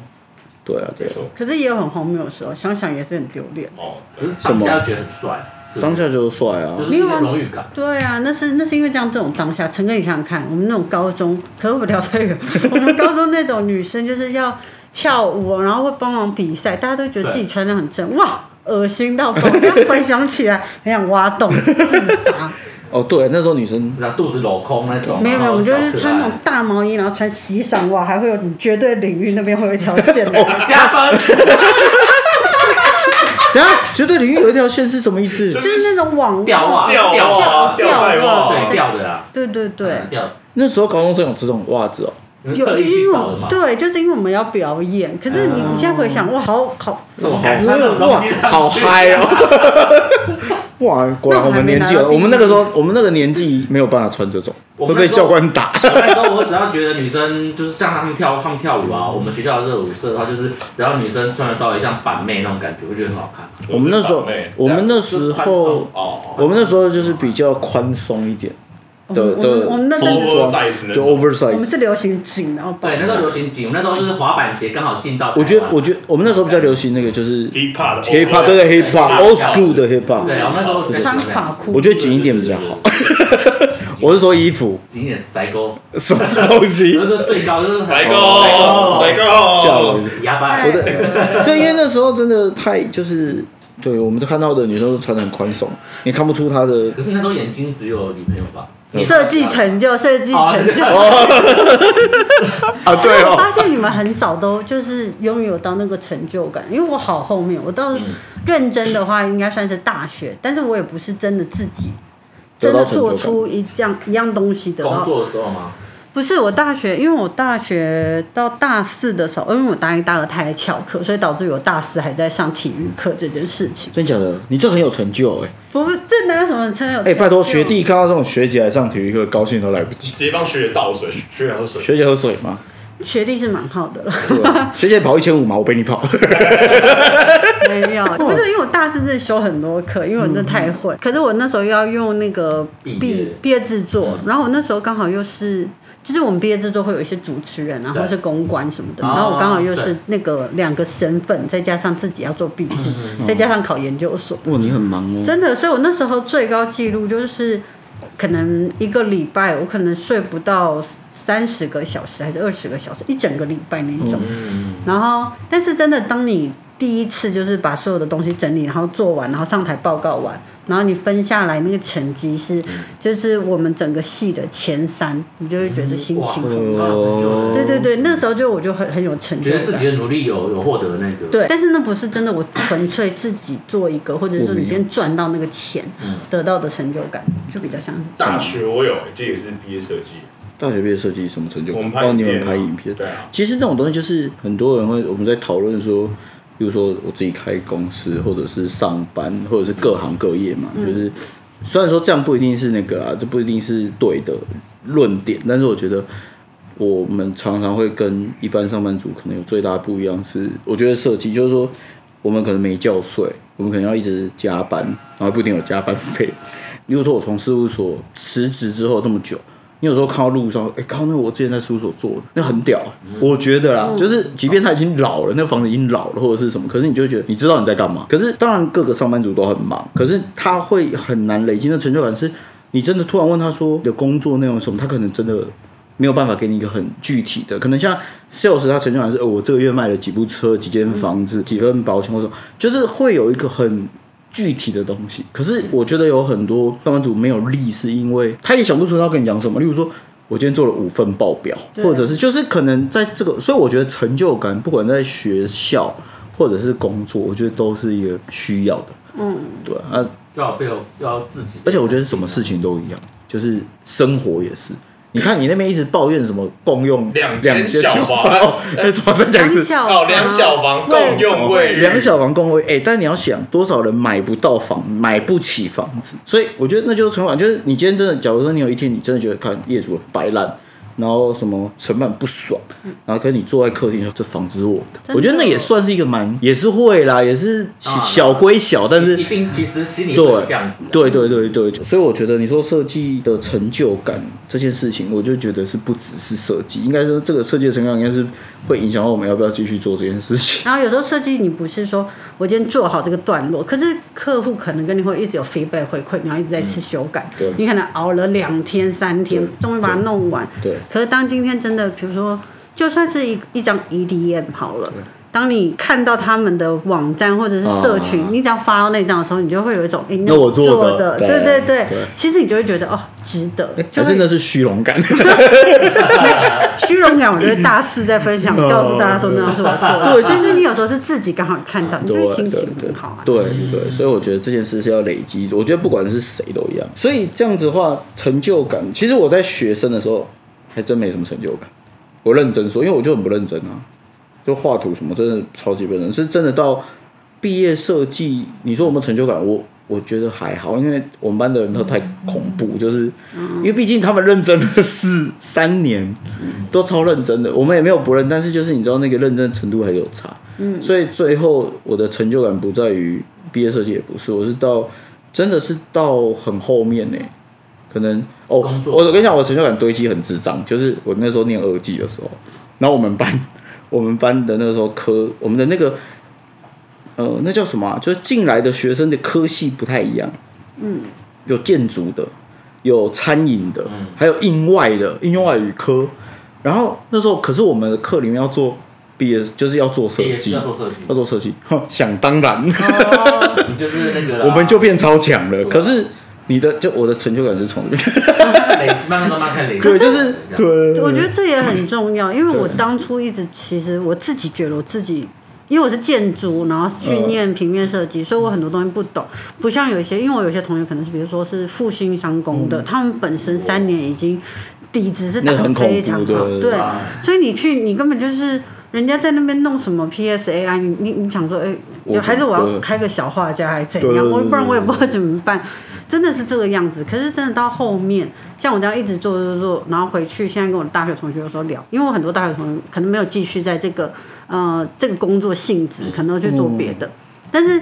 [SPEAKER 4] 对啊，对
[SPEAKER 3] 没
[SPEAKER 4] 啊，
[SPEAKER 3] 错。
[SPEAKER 1] 可是也有很荒谬的时候，想想也是很丢脸。
[SPEAKER 3] 哦，
[SPEAKER 2] 可
[SPEAKER 4] 嗯
[SPEAKER 2] 是当下觉得很帅，是不
[SPEAKER 4] 当
[SPEAKER 2] 是
[SPEAKER 4] 下就是帅啊
[SPEAKER 2] 就。是一个荣誉感。
[SPEAKER 1] 对啊，那是那是因为这样这种当下，陈哥你想想看，我们那种高中，可是我聊这个，我 们高中那种女生就是要跳舞，然后会帮忙比赛，大家都觉得自己穿的很 正，哇，恶心到爆！现在回想起来，很想挖洞自 杀。
[SPEAKER 4] 哦，对，那时候女
[SPEAKER 1] 嗯
[SPEAKER 4] 生
[SPEAKER 2] 是啊，肚子镂空那种，
[SPEAKER 1] 没有没有，我们就
[SPEAKER 2] 然后
[SPEAKER 1] 是
[SPEAKER 2] 小可爱
[SPEAKER 1] 穿那种大毛衣，然后穿西上袜，还会有你绝对领域那边会有一条线 的。
[SPEAKER 2] 加分，
[SPEAKER 4] 等一下绝对领域有一条线是什么意思？
[SPEAKER 1] 就是那种网
[SPEAKER 2] 吊啊袜
[SPEAKER 3] 吊
[SPEAKER 2] 吊
[SPEAKER 3] 袜、
[SPEAKER 1] 吊
[SPEAKER 3] 吊带
[SPEAKER 1] 袜
[SPEAKER 3] 袜，
[SPEAKER 2] 对掉的啦，
[SPEAKER 1] 对对对，
[SPEAKER 2] 嗯掉，
[SPEAKER 4] 那时候高中生有这种袜子哦，
[SPEAKER 2] 你们
[SPEAKER 1] 有
[SPEAKER 2] 特
[SPEAKER 1] 就是
[SPEAKER 2] 意
[SPEAKER 1] 因
[SPEAKER 2] 去
[SPEAKER 1] 为
[SPEAKER 2] 找的
[SPEAKER 1] 我
[SPEAKER 2] 嘛，嗯
[SPEAKER 1] 对，就是因为我们要表演。可是你你现在回想，哇，好好，
[SPEAKER 2] 这种感穿那种东
[SPEAKER 4] 哇
[SPEAKER 2] 西，
[SPEAKER 4] 好嗨 哦！哇，果然我们年纪
[SPEAKER 1] 那
[SPEAKER 4] 有，
[SPEAKER 1] 我还没拿到第一
[SPEAKER 4] 我们那个时候，我们那个年纪没有办法穿这种，
[SPEAKER 2] 我
[SPEAKER 4] 会
[SPEAKER 2] 们
[SPEAKER 4] 被
[SPEAKER 2] 那时
[SPEAKER 4] 教
[SPEAKER 2] 候
[SPEAKER 4] 官打。
[SPEAKER 2] 我那时候我只要觉得女生就是像他们跳他们跳舞啊，我们学校的热舞社的话，就是只要女生穿的稍微像板妹那种感觉，我觉得很好看。
[SPEAKER 4] 我们那时候
[SPEAKER 3] 我是板妹，
[SPEAKER 4] 我们那时
[SPEAKER 3] 啊
[SPEAKER 2] 就是宽
[SPEAKER 4] 候
[SPEAKER 2] 松，哦，
[SPEAKER 4] 我们那时候就是比较宽松一点
[SPEAKER 1] 我
[SPEAKER 4] 的
[SPEAKER 1] 们我们
[SPEAKER 4] 的
[SPEAKER 1] 我们那阵子
[SPEAKER 3] oversize 那
[SPEAKER 4] 就
[SPEAKER 3] 种，
[SPEAKER 1] 我们
[SPEAKER 4] oversize。
[SPEAKER 1] 是流行紧，然后绑
[SPEAKER 2] 对，那时候流行紧，我们那时候就是滑板鞋刚好进到台湾。
[SPEAKER 4] 我觉得，我觉得我们那时候比较流行那个就是
[SPEAKER 3] hip hop 的哦
[SPEAKER 4] hip hop，
[SPEAKER 3] overlap
[SPEAKER 4] 对对 hip
[SPEAKER 2] 对
[SPEAKER 4] hop
[SPEAKER 2] hip-hop
[SPEAKER 4] old school 的
[SPEAKER 2] 对，
[SPEAKER 4] hip hop。
[SPEAKER 2] 我们那时候
[SPEAKER 1] 穿垮裤。
[SPEAKER 4] 我觉得紧一点比较好。我是说衣服，
[SPEAKER 2] 紧一点塞沟，
[SPEAKER 4] 什么东
[SPEAKER 2] 比
[SPEAKER 4] 西
[SPEAKER 2] 如？说最高就是
[SPEAKER 5] 来
[SPEAKER 2] 塞
[SPEAKER 5] go，来
[SPEAKER 4] 哦
[SPEAKER 3] 哦
[SPEAKER 4] 吓
[SPEAKER 5] go，
[SPEAKER 4] 啊我一跳！
[SPEAKER 2] 哑巴
[SPEAKER 1] 哎。
[SPEAKER 4] 对，因为那时候真的太就是，对我们都看到的女生都穿的很宽松，你看不出她的。
[SPEAKER 2] 可是那时候眼睛只有女朋友吧？
[SPEAKER 1] 设计成就，设计成就。
[SPEAKER 4] 啊，哦对
[SPEAKER 1] 我发现你们很早都就是拥有到那个成就感，因为我好后面，我到
[SPEAKER 4] 嗯
[SPEAKER 1] 认真的话应该算是大学，但是我也不是真的自己真
[SPEAKER 4] 得
[SPEAKER 1] 的
[SPEAKER 4] 到成就
[SPEAKER 1] 做
[SPEAKER 4] 感
[SPEAKER 1] 出一样一样东西得
[SPEAKER 2] 工
[SPEAKER 1] 到。
[SPEAKER 2] 作的时候吗？
[SPEAKER 1] 不是我大学，因为我大学到大四的时候，因为我大一、大二太爱翘课，所以导致我大四还在上体育课这件事情。
[SPEAKER 4] 真假的，你这很有成就哎、
[SPEAKER 1] 不是，这哪有什么成有？
[SPEAKER 4] 哎、拜托学，弟看到这种学姐来上体育课，高兴都来不及。
[SPEAKER 3] 直接帮学姐倒水，学姐喝水。
[SPEAKER 4] 学姐喝水吗？
[SPEAKER 1] 学弟是蛮好的了。
[SPEAKER 4] 对吧 学姐跑一千五嘛，我陪你跑。
[SPEAKER 1] 没 有，不是因为我大四真的修很多课，因为我真的太会。可是我那时候又要用那个
[SPEAKER 2] 嗯毕
[SPEAKER 1] 毕
[SPEAKER 2] 业嗯
[SPEAKER 1] 毕业制作，然后我那时候刚好又是。就是我们毕业制作会有一些主持人啊，
[SPEAKER 2] 对
[SPEAKER 1] 或是公关什么的，
[SPEAKER 2] 哦
[SPEAKER 1] 然后我刚好又是
[SPEAKER 2] 对嗯
[SPEAKER 1] 那个两个身份，再加上自己要做笔记，再加上考研究所，
[SPEAKER 4] 哇，你很忙 哦。
[SPEAKER 1] 真的，所以我那时候最高纪录就是可能一个礼拜，我可能睡不到三十个小时还是二十个小时，一整个礼拜那种。
[SPEAKER 2] 嗯，
[SPEAKER 1] 然后，但是真的，当你第一次就是把所有的东西整理，然后做完，然后上台报告完，然后你分下来那个成绩是，
[SPEAKER 2] 嗯
[SPEAKER 1] 就是我们整个系的前三，你就会觉得心情很好。
[SPEAKER 2] 哦
[SPEAKER 1] 对对对，那时候就我就很很有成就
[SPEAKER 2] 觉得
[SPEAKER 1] 感。
[SPEAKER 2] 自己的努力有有获得那个，
[SPEAKER 1] 对，但是那不是真的，我纯粹自己做一个，或者说你今天赚到那个钱，得到的成就感，就比较像是
[SPEAKER 3] 大学我有，就也是毕业设计，
[SPEAKER 4] 大学毕业设计什么成就感？
[SPEAKER 3] 我们拍
[SPEAKER 4] 帮
[SPEAKER 3] 影
[SPEAKER 4] 你
[SPEAKER 3] 片啊
[SPEAKER 4] 们拍影片。
[SPEAKER 3] 对啊
[SPEAKER 4] 其实那种东西就是很多人会我们在讨论说，比如说我自己开公司，或者是上班，或者是各行各业嘛，就是虽然说这样不一定是那个啊，这不一定是对的论点，但是我觉得。我们常常会跟一般上班族可能有最大的不一样是，我觉得设计就是说，我们可能没觉睡，我们可能要一直加班，然后不一定有加班费。例如说，我从事务所辞职之后这么久，你有时候看到路上，哎、靠，那我之前在事务所做的，那很屌、我觉得啦，就是即便他已经老了，那房子已经老了或者是什么，可是你就会觉得你知道你在干嘛。可是当然各个上班族都很忙，可是他会很难累积那成就感是。你真的突然问他说你的工作内容是什么，他可能真的没有办法给你一个很具体的，可能像 sales 他成就感是，哦，我这个月卖了几部车、几间房子、几份保险，或者说就是会有一个很具体的东西。可是我觉得有很多上班族没有力，是因为他也想不出他要跟你讲什么。例如说，我今天做了五份报表，
[SPEAKER 1] 对
[SPEAKER 4] 或者是就是可能在这个，所以我觉得成就感，不管在学校或者是工作，我觉得都是一个需要的。嗯，对啊，
[SPEAKER 2] 要被要自己，
[SPEAKER 4] 而且我觉得什么事情都一样，就是生活也是。你看你那边一直抱怨什么共用
[SPEAKER 5] 两间
[SPEAKER 4] 间
[SPEAKER 5] 小
[SPEAKER 4] 房
[SPEAKER 5] 房，
[SPEAKER 4] 哎，什么再讲
[SPEAKER 1] 两
[SPEAKER 4] 一次？
[SPEAKER 1] 小
[SPEAKER 5] 哦，两小房共用卫浴，
[SPEAKER 4] 两个小房共位，哎、但你要想多少人买不到房，买不起房子，所以我觉得那就是存款，就是你今天真的，假如说你有一天你真的觉得看业主很白烂，然后什么承办不爽，然后跟你坐在客厅说这房子是我的，
[SPEAKER 1] 嗯真的
[SPEAKER 4] 我觉得那也算是一个蛮，也是会啦，也是小
[SPEAKER 2] 啊
[SPEAKER 4] 小归小，但是
[SPEAKER 2] 一定其实心里会有
[SPEAKER 4] 对
[SPEAKER 2] 这样子，
[SPEAKER 4] 对对对对，所以我觉得你说设计的成就感这件事情，我就觉得是不只是设计，应该说这个设计的成就感应该是会影响到我们要不要继续做这件事情。
[SPEAKER 1] 然后有时候设计你不是说我今天做好这个段落，可是客户可能跟你会一直有 feedback 回馈，你要一直在吃修改，
[SPEAKER 4] 嗯对
[SPEAKER 1] 你可能熬了两天三天
[SPEAKER 4] 对，
[SPEAKER 1] 终于把它弄完。
[SPEAKER 4] 对
[SPEAKER 1] 可是当今天真的，比如说，就算是一一张 EDM 好了。当你看到他们的网站或者是社群，
[SPEAKER 4] 啊
[SPEAKER 1] 你只要发到那张的时候，你就会有一种哎、
[SPEAKER 4] 那我
[SPEAKER 1] 做
[SPEAKER 4] 做的
[SPEAKER 1] 的，
[SPEAKER 4] 对
[SPEAKER 1] 对对对
[SPEAKER 4] 对哎
[SPEAKER 1] 其实你就会觉得哦，值得，就
[SPEAKER 4] 还
[SPEAKER 1] 会
[SPEAKER 4] 是那是虚荣感，
[SPEAKER 1] 虚荣感，我觉得大四在分 享，告诉大家说那样是我做的。
[SPEAKER 4] 哦对就
[SPEAKER 1] 就是是你有时候是自己刚好看到，你就
[SPEAKER 4] 对
[SPEAKER 1] 会
[SPEAKER 4] 对
[SPEAKER 1] 心
[SPEAKER 4] 对
[SPEAKER 1] 情很好啊。
[SPEAKER 4] 对对，所以我觉得这件事是要累积。我觉得不管是谁都一样，所以这样子的话，成就感，其实我在学生的时候还真没什么成就感。我认真说，因为我就很不认真啊，就画图什么，真的超级不认真，是真的到毕业设计，你说有没有成就感？我我觉得还好，因为我们班的人都太恐怖，就是因为毕竟他们认真了四三年，都超认真的，我们也没有不认，但是就是你知道那个认真程度还有差，嗯，所以最后我的成就感不在于毕业设计，也不是，我是到真的是到很后面呢、可能哦，
[SPEAKER 2] 工作
[SPEAKER 4] 我我跟你讲，我成就感堆积很智障，就是我那时候念二技的时候，然后我们班 我们班的那个时候科，我们的那个呃，那叫什么、啊？就是进来的学生的科系不太一样，嗯，有建筑的，有餐饮的，还有应外的应用外语科。然后那时候，可是我们的课里面要做毕业，就是要做设
[SPEAKER 2] 也是
[SPEAKER 4] 计，
[SPEAKER 2] 要做设计，
[SPEAKER 4] 要做设计，哼想当然。
[SPEAKER 2] 你就是那个啦，
[SPEAKER 4] 我 们就变超强了。
[SPEAKER 2] 啊
[SPEAKER 4] 可是你的就我的成就感是从这边，
[SPEAKER 2] 累积，慢慢慢慢看累积，
[SPEAKER 4] 对，就是
[SPEAKER 2] 这样
[SPEAKER 4] 对，
[SPEAKER 1] 我觉得这也很重要，因为我当初一直其实我自己觉得我自己。因为我是建筑，然后去念平面设计，
[SPEAKER 4] 嗯
[SPEAKER 1] 所以我很多东西不懂。不像有一些，因为我有些同学可能是，比如说是复兴商工的，他们本身三年已经底子是打
[SPEAKER 4] 嗯那
[SPEAKER 1] 得
[SPEAKER 4] 很恐怖
[SPEAKER 1] 非常好，
[SPEAKER 4] 对
[SPEAKER 1] 对
[SPEAKER 2] 啊，
[SPEAKER 1] 所以你去，你根本就是人家在那边弄什么 PSA 啊，你你你想说，哎、
[SPEAKER 4] 我
[SPEAKER 1] 还是我
[SPEAKER 4] 对
[SPEAKER 1] 要开个小画家，还是怎
[SPEAKER 4] 对对
[SPEAKER 1] 样？
[SPEAKER 4] 对
[SPEAKER 1] 我不然我也
[SPEAKER 4] 对
[SPEAKER 1] 不知道怎么办。真的是这个样子，可是真的到后面，像我这样一直做做做，然后回去，现在跟我大学同学有时候聊，因为我很多大学同学可能没有继续在这个呃这个工作性质，
[SPEAKER 4] 嗯
[SPEAKER 1] 可能都去做别的，但是。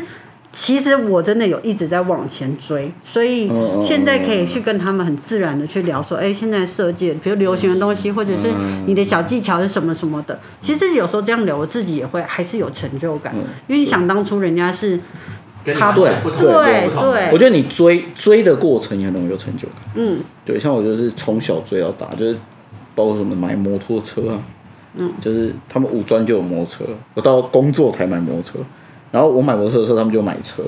[SPEAKER 1] 其实我真的有一直在往前追，所以
[SPEAKER 4] 嗯嗯
[SPEAKER 1] 现在可以去跟他们很自然的去聊说，哎、现在设计，比如流行的东
[SPEAKER 4] 嗯
[SPEAKER 1] 西，或者是你的小技巧是什么什么的。其实有时候这样聊，我自己也会还是有成就感，
[SPEAKER 4] 嗯
[SPEAKER 1] 因为你想当初人家是
[SPEAKER 2] 跟你
[SPEAKER 1] 他
[SPEAKER 2] 们是
[SPEAKER 4] 对
[SPEAKER 2] 不同
[SPEAKER 1] 对
[SPEAKER 2] 不同
[SPEAKER 1] 对
[SPEAKER 4] 我觉得你追追的过程也很容易有成就感。嗯，对，像我就是从小追到大，就是包括什么买摩托车啊，嗯，就是他们五专就有摩托车，我到工作才买摩托车，然后我买摩托车的时候，他们就买车，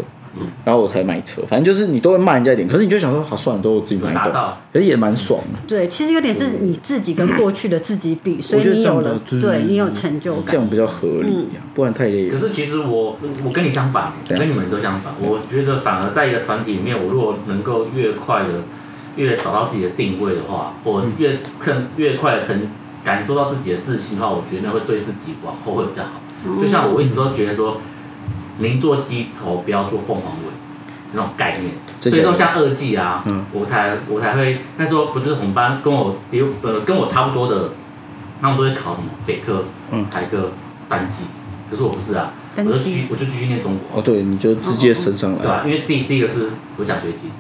[SPEAKER 4] 然后我才买车。反正就是你都会骂人家一点，可是你就想说，好、算了，都我自己买
[SPEAKER 2] 达
[SPEAKER 4] 懂
[SPEAKER 2] 到，
[SPEAKER 4] 可是也蛮爽的，
[SPEAKER 1] 对，其实有点是你自己跟过去的自己比，所以
[SPEAKER 4] 嗯觉得
[SPEAKER 1] 你
[SPEAKER 4] 这样
[SPEAKER 1] 有
[SPEAKER 4] 比较
[SPEAKER 1] 了，
[SPEAKER 4] 对嗯
[SPEAKER 1] 对你有成就
[SPEAKER 4] 这
[SPEAKER 1] 感。
[SPEAKER 4] 样比较合理、啊，不然太累
[SPEAKER 2] 可
[SPEAKER 4] 了。
[SPEAKER 2] 是其实我我跟你相反，
[SPEAKER 4] 对啊
[SPEAKER 2] 跟你们都相反。我觉得反而在一个团体里面，我如果能够越快的越找到自己的定位的话，我
[SPEAKER 4] 嗯
[SPEAKER 2] 越更越快的成感受到自己的自信的话，我觉得那会对自己往后会比较好。就像我一直都觉得说，宁做鸡头不要做凤凰尾那种概念。
[SPEAKER 4] 这
[SPEAKER 2] 所以
[SPEAKER 4] 个
[SPEAKER 2] 说像二季啊，
[SPEAKER 4] 嗯
[SPEAKER 2] 我才我才会那时候不就是我们班跟我比如呃跟我差不多的，他们都会考什么北科、
[SPEAKER 4] 嗯
[SPEAKER 2] 台科、单技，可是我不是啊，我
[SPEAKER 1] 单
[SPEAKER 2] 就
[SPEAKER 1] 技
[SPEAKER 2] 继我就继续念中国
[SPEAKER 4] 哦，，对，你就直接升上
[SPEAKER 2] 对啊
[SPEAKER 4] 来，
[SPEAKER 2] 吧、因为第第一个是有奖学金，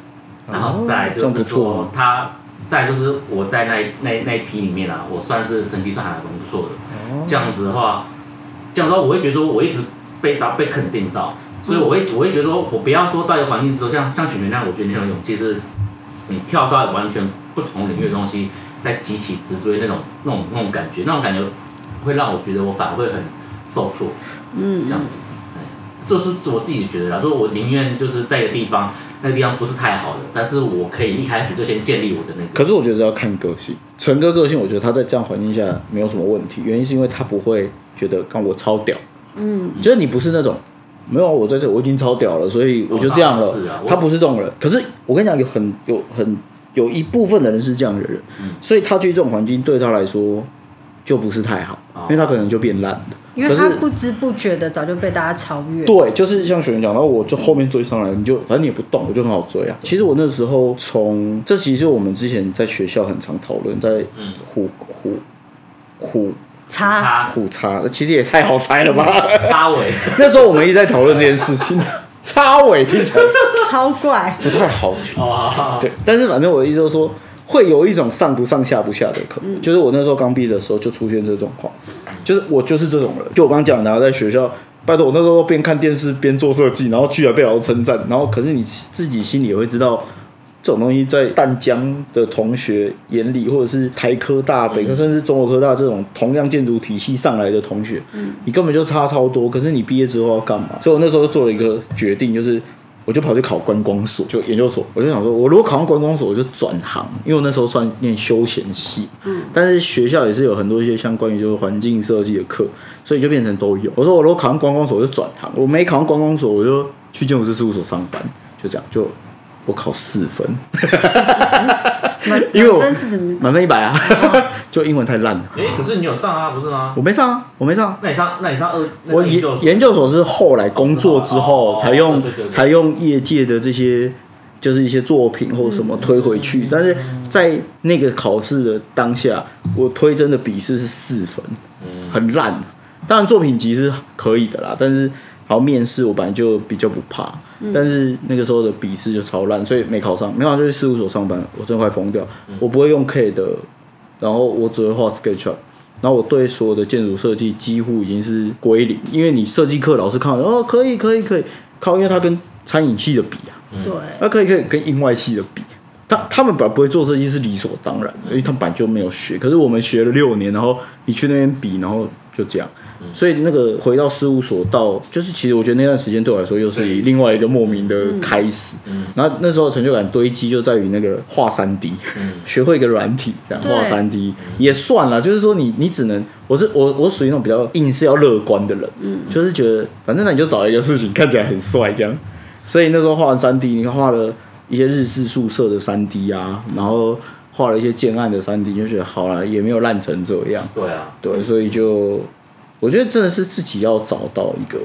[SPEAKER 2] 然后再来
[SPEAKER 4] 这
[SPEAKER 2] 就
[SPEAKER 4] 样不
[SPEAKER 2] 是
[SPEAKER 4] 错
[SPEAKER 2] 说
[SPEAKER 4] 啊。
[SPEAKER 2] 他，再来就是我在那一那那一批里面啊，我算是成绩算还蛮不错的。
[SPEAKER 4] 哦
[SPEAKER 2] 这样子的话，这样的话我会觉得说我一直被他被肯定到，所以我会我会觉得说我不要说到一个环境之后，像像许明那样，我觉得你很有勇气是，你跳到完全不同领域的东西，在急起直追那种那种那种感觉，那种感觉会让我觉得我反而会很受挫。嗯，这样子。这是我自己觉得啦，就是我宁愿就是在一个地方，那个地方不是太好的，但是我可以一开始就先建立我的那个。
[SPEAKER 4] 可是我觉得要看个性，陈哥个性，我觉得他在这样环境下没有什么问题，原因是因为他不会觉得干我超屌，嗯，就是你不是那种。没有啊，我在这我已经超屌了，所以我就这样了。
[SPEAKER 2] 哦是啊我
[SPEAKER 4] 他不是这种人，可是我跟你讲，有很有很有一部分的人是这样的人，
[SPEAKER 2] 嗯
[SPEAKER 4] 所以他去这种环境对他来说就不是太好，
[SPEAKER 2] 哦
[SPEAKER 4] 因为他可能就变烂了。
[SPEAKER 1] 因为他
[SPEAKER 4] 可是
[SPEAKER 1] 不知不觉的早就被大家超越，
[SPEAKER 4] 对，就是像雪人讲到，我就后面追上来，你就反正你也不动，我就很好追啊。其实我那时候从这其实是我们之前在学校很常讨论，在
[SPEAKER 2] 嗯
[SPEAKER 4] 虎虎虎
[SPEAKER 1] 差
[SPEAKER 2] 插
[SPEAKER 4] 虎叉，其实也太好猜了吧？
[SPEAKER 2] 插尾，
[SPEAKER 4] 那时候我们一直在讨论这件事情，插尾听起来
[SPEAKER 1] 超怪，
[SPEAKER 4] 不太好听。
[SPEAKER 2] 哦，
[SPEAKER 4] 对，但是反正我的意思就是说，会有一种上不上下不下的可能。就是我那时候刚毕业的时候就出现这状况，就是我就是这种人。就我刚讲的啊，然后在学校，拜托我那时候边看电视边做设计，然后居然被老师称赞，然后可是你自己心里也会知道。这种东西在淡江的同学眼里，或者是台科大、北科，甚至中国科大这种同样建筑体系上来的同学，你根本就差超多。可是你毕业之后要干嘛？所以我那时候做了一个决定，就是我就跑去考观光所，就研究所。我就想说，我如果考上观光所，我就转行，因为我那时候算念休闲系，但是学校也是有很多一些相关于就是环境设计的课，所以就变成都有。我说我如果考上观光所，我就转行；我没考上观光所，我就去建筑师事务所上班，就这样就。我考四分， 因为我
[SPEAKER 1] 分是怎么？
[SPEAKER 4] 满分一百啊， 就英文太烂了，
[SPEAKER 2] 哎、可是你有上啊，不是吗？
[SPEAKER 4] 我没上啊，我没上啊。
[SPEAKER 2] 那你上，那你上二，那
[SPEAKER 4] 我
[SPEAKER 2] 个研
[SPEAKER 4] 研
[SPEAKER 2] 究所
[SPEAKER 4] 研究所是后来工作之
[SPEAKER 2] 哦
[SPEAKER 4] 后才用
[SPEAKER 2] 对对对
[SPEAKER 4] 才用业界的这些就是一些作品或什么推回
[SPEAKER 2] 嗯
[SPEAKER 4] 去，但是在那个考试的当下，我推真的笔试是四分，
[SPEAKER 2] 嗯
[SPEAKER 4] 很烂。当然作品集是可以的啦，但是好面试我本来就比较不怕，
[SPEAKER 2] 嗯
[SPEAKER 4] 但是那个时候的笔试就超烂，所以没考上，没考上就去事务所上班，我真的快疯掉。
[SPEAKER 2] 嗯
[SPEAKER 4] 我不会用 K 的，然后我只会画 SketchUp。然后我对所有的建筑设计几乎已经是归零，因为你设计课老师看完哦，可以可以可以，靠，因为它跟餐饮系的比啊，
[SPEAKER 1] 对，
[SPEAKER 4] 那可以可以跟英外系的比，他他们本来不会做设计是理所当然的，因为他们本来就没有学。可是我们学了六年，然后你去那边比，然后就这样。所以那个回到事务所到，就是其实我觉得那段时间对我来说又是以另外一个莫名的开始。然后那时候成就感堆积就在于那个画三 D，、学会一个软体这样
[SPEAKER 1] 对
[SPEAKER 4] 画三 D 也算了，就是说你你只能我是我我属于那种比较硬是要乐观的人，就是觉得反正那你就找一个事情看起来很帅这样。所以那时候画完三 D，你看画了一些日式宿舍的三 D 啊，然后画了一些建案的三 D，就觉得好了，也没有烂成这样。
[SPEAKER 2] 对啊，
[SPEAKER 4] 对，所以就我觉得真的是自己要找到一个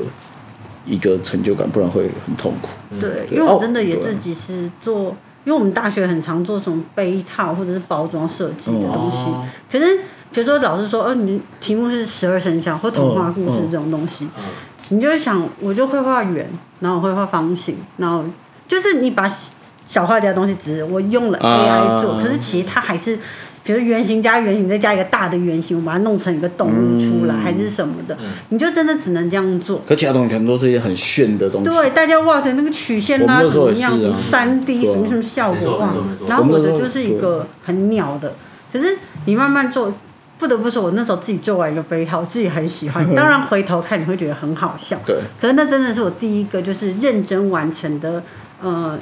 [SPEAKER 4] 一个成就感，不然会很痛苦。
[SPEAKER 1] 对，因
[SPEAKER 4] 对
[SPEAKER 1] 为我
[SPEAKER 4] 哦
[SPEAKER 1] 真的也
[SPEAKER 4] 对
[SPEAKER 1] 自己是做，因为我们大学很常做什么杯套或者是包装设计的东西，
[SPEAKER 2] 哦
[SPEAKER 1] 可是比如说老师说，呃，你题目是十二生肖或童话故事
[SPEAKER 4] 嗯嗯
[SPEAKER 1] 这种东西，你就会想，我就会画圆，然后我会画方形，然后就是你把小画家的东西只是我用了 AI 做，
[SPEAKER 4] 啊
[SPEAKER 1] 可是其实它还是。比如圆形加圆形，再加一个大的圆形，我把它弄成一个动物出
[SPEAKER 4] 嗯
[SPEAKER 1] 来，还是什么的，你就真的只能这样做。
[SPEAKER 4] 可其他东西可能都是一些很炫的东西。
[SPEAKER 1] 对，大家哇塞，那个曲线拉
[SPEAKER 4] 我们
[SPEAKER 1] 什
[SPEAKER 4] 那时候
[SPEAKER 1] 么
[SPEAKER 4] 也是啊
[SPEAKER 1] 样，什么三 D
[SPEAKER 4] 对啊
[SPEAKER 1] 什么什么效
[SPEAKER 2] 没错
[SPEAKER 1] 果哇
[SPEAKER 2] 没错没错，
[SPEAKER 1] 然后我
[SPEAKER 4] 我们那
[SPEAKER 1] 的
[SPEAKER 4] 时候
[SPEAKER 1] 就是一个很鸟的，可是你慢慢做，不得不说，我那时候自己做完一个杯号，自己很喜
[SPEAKER 4] 嗯
[SPEAKER 1] 欢。当然回头看你会觉得很好笑，
[SPEAKER 5] 对。
[SPEAKER 1] 可是那真的是我第一个就是认真完成的，呃，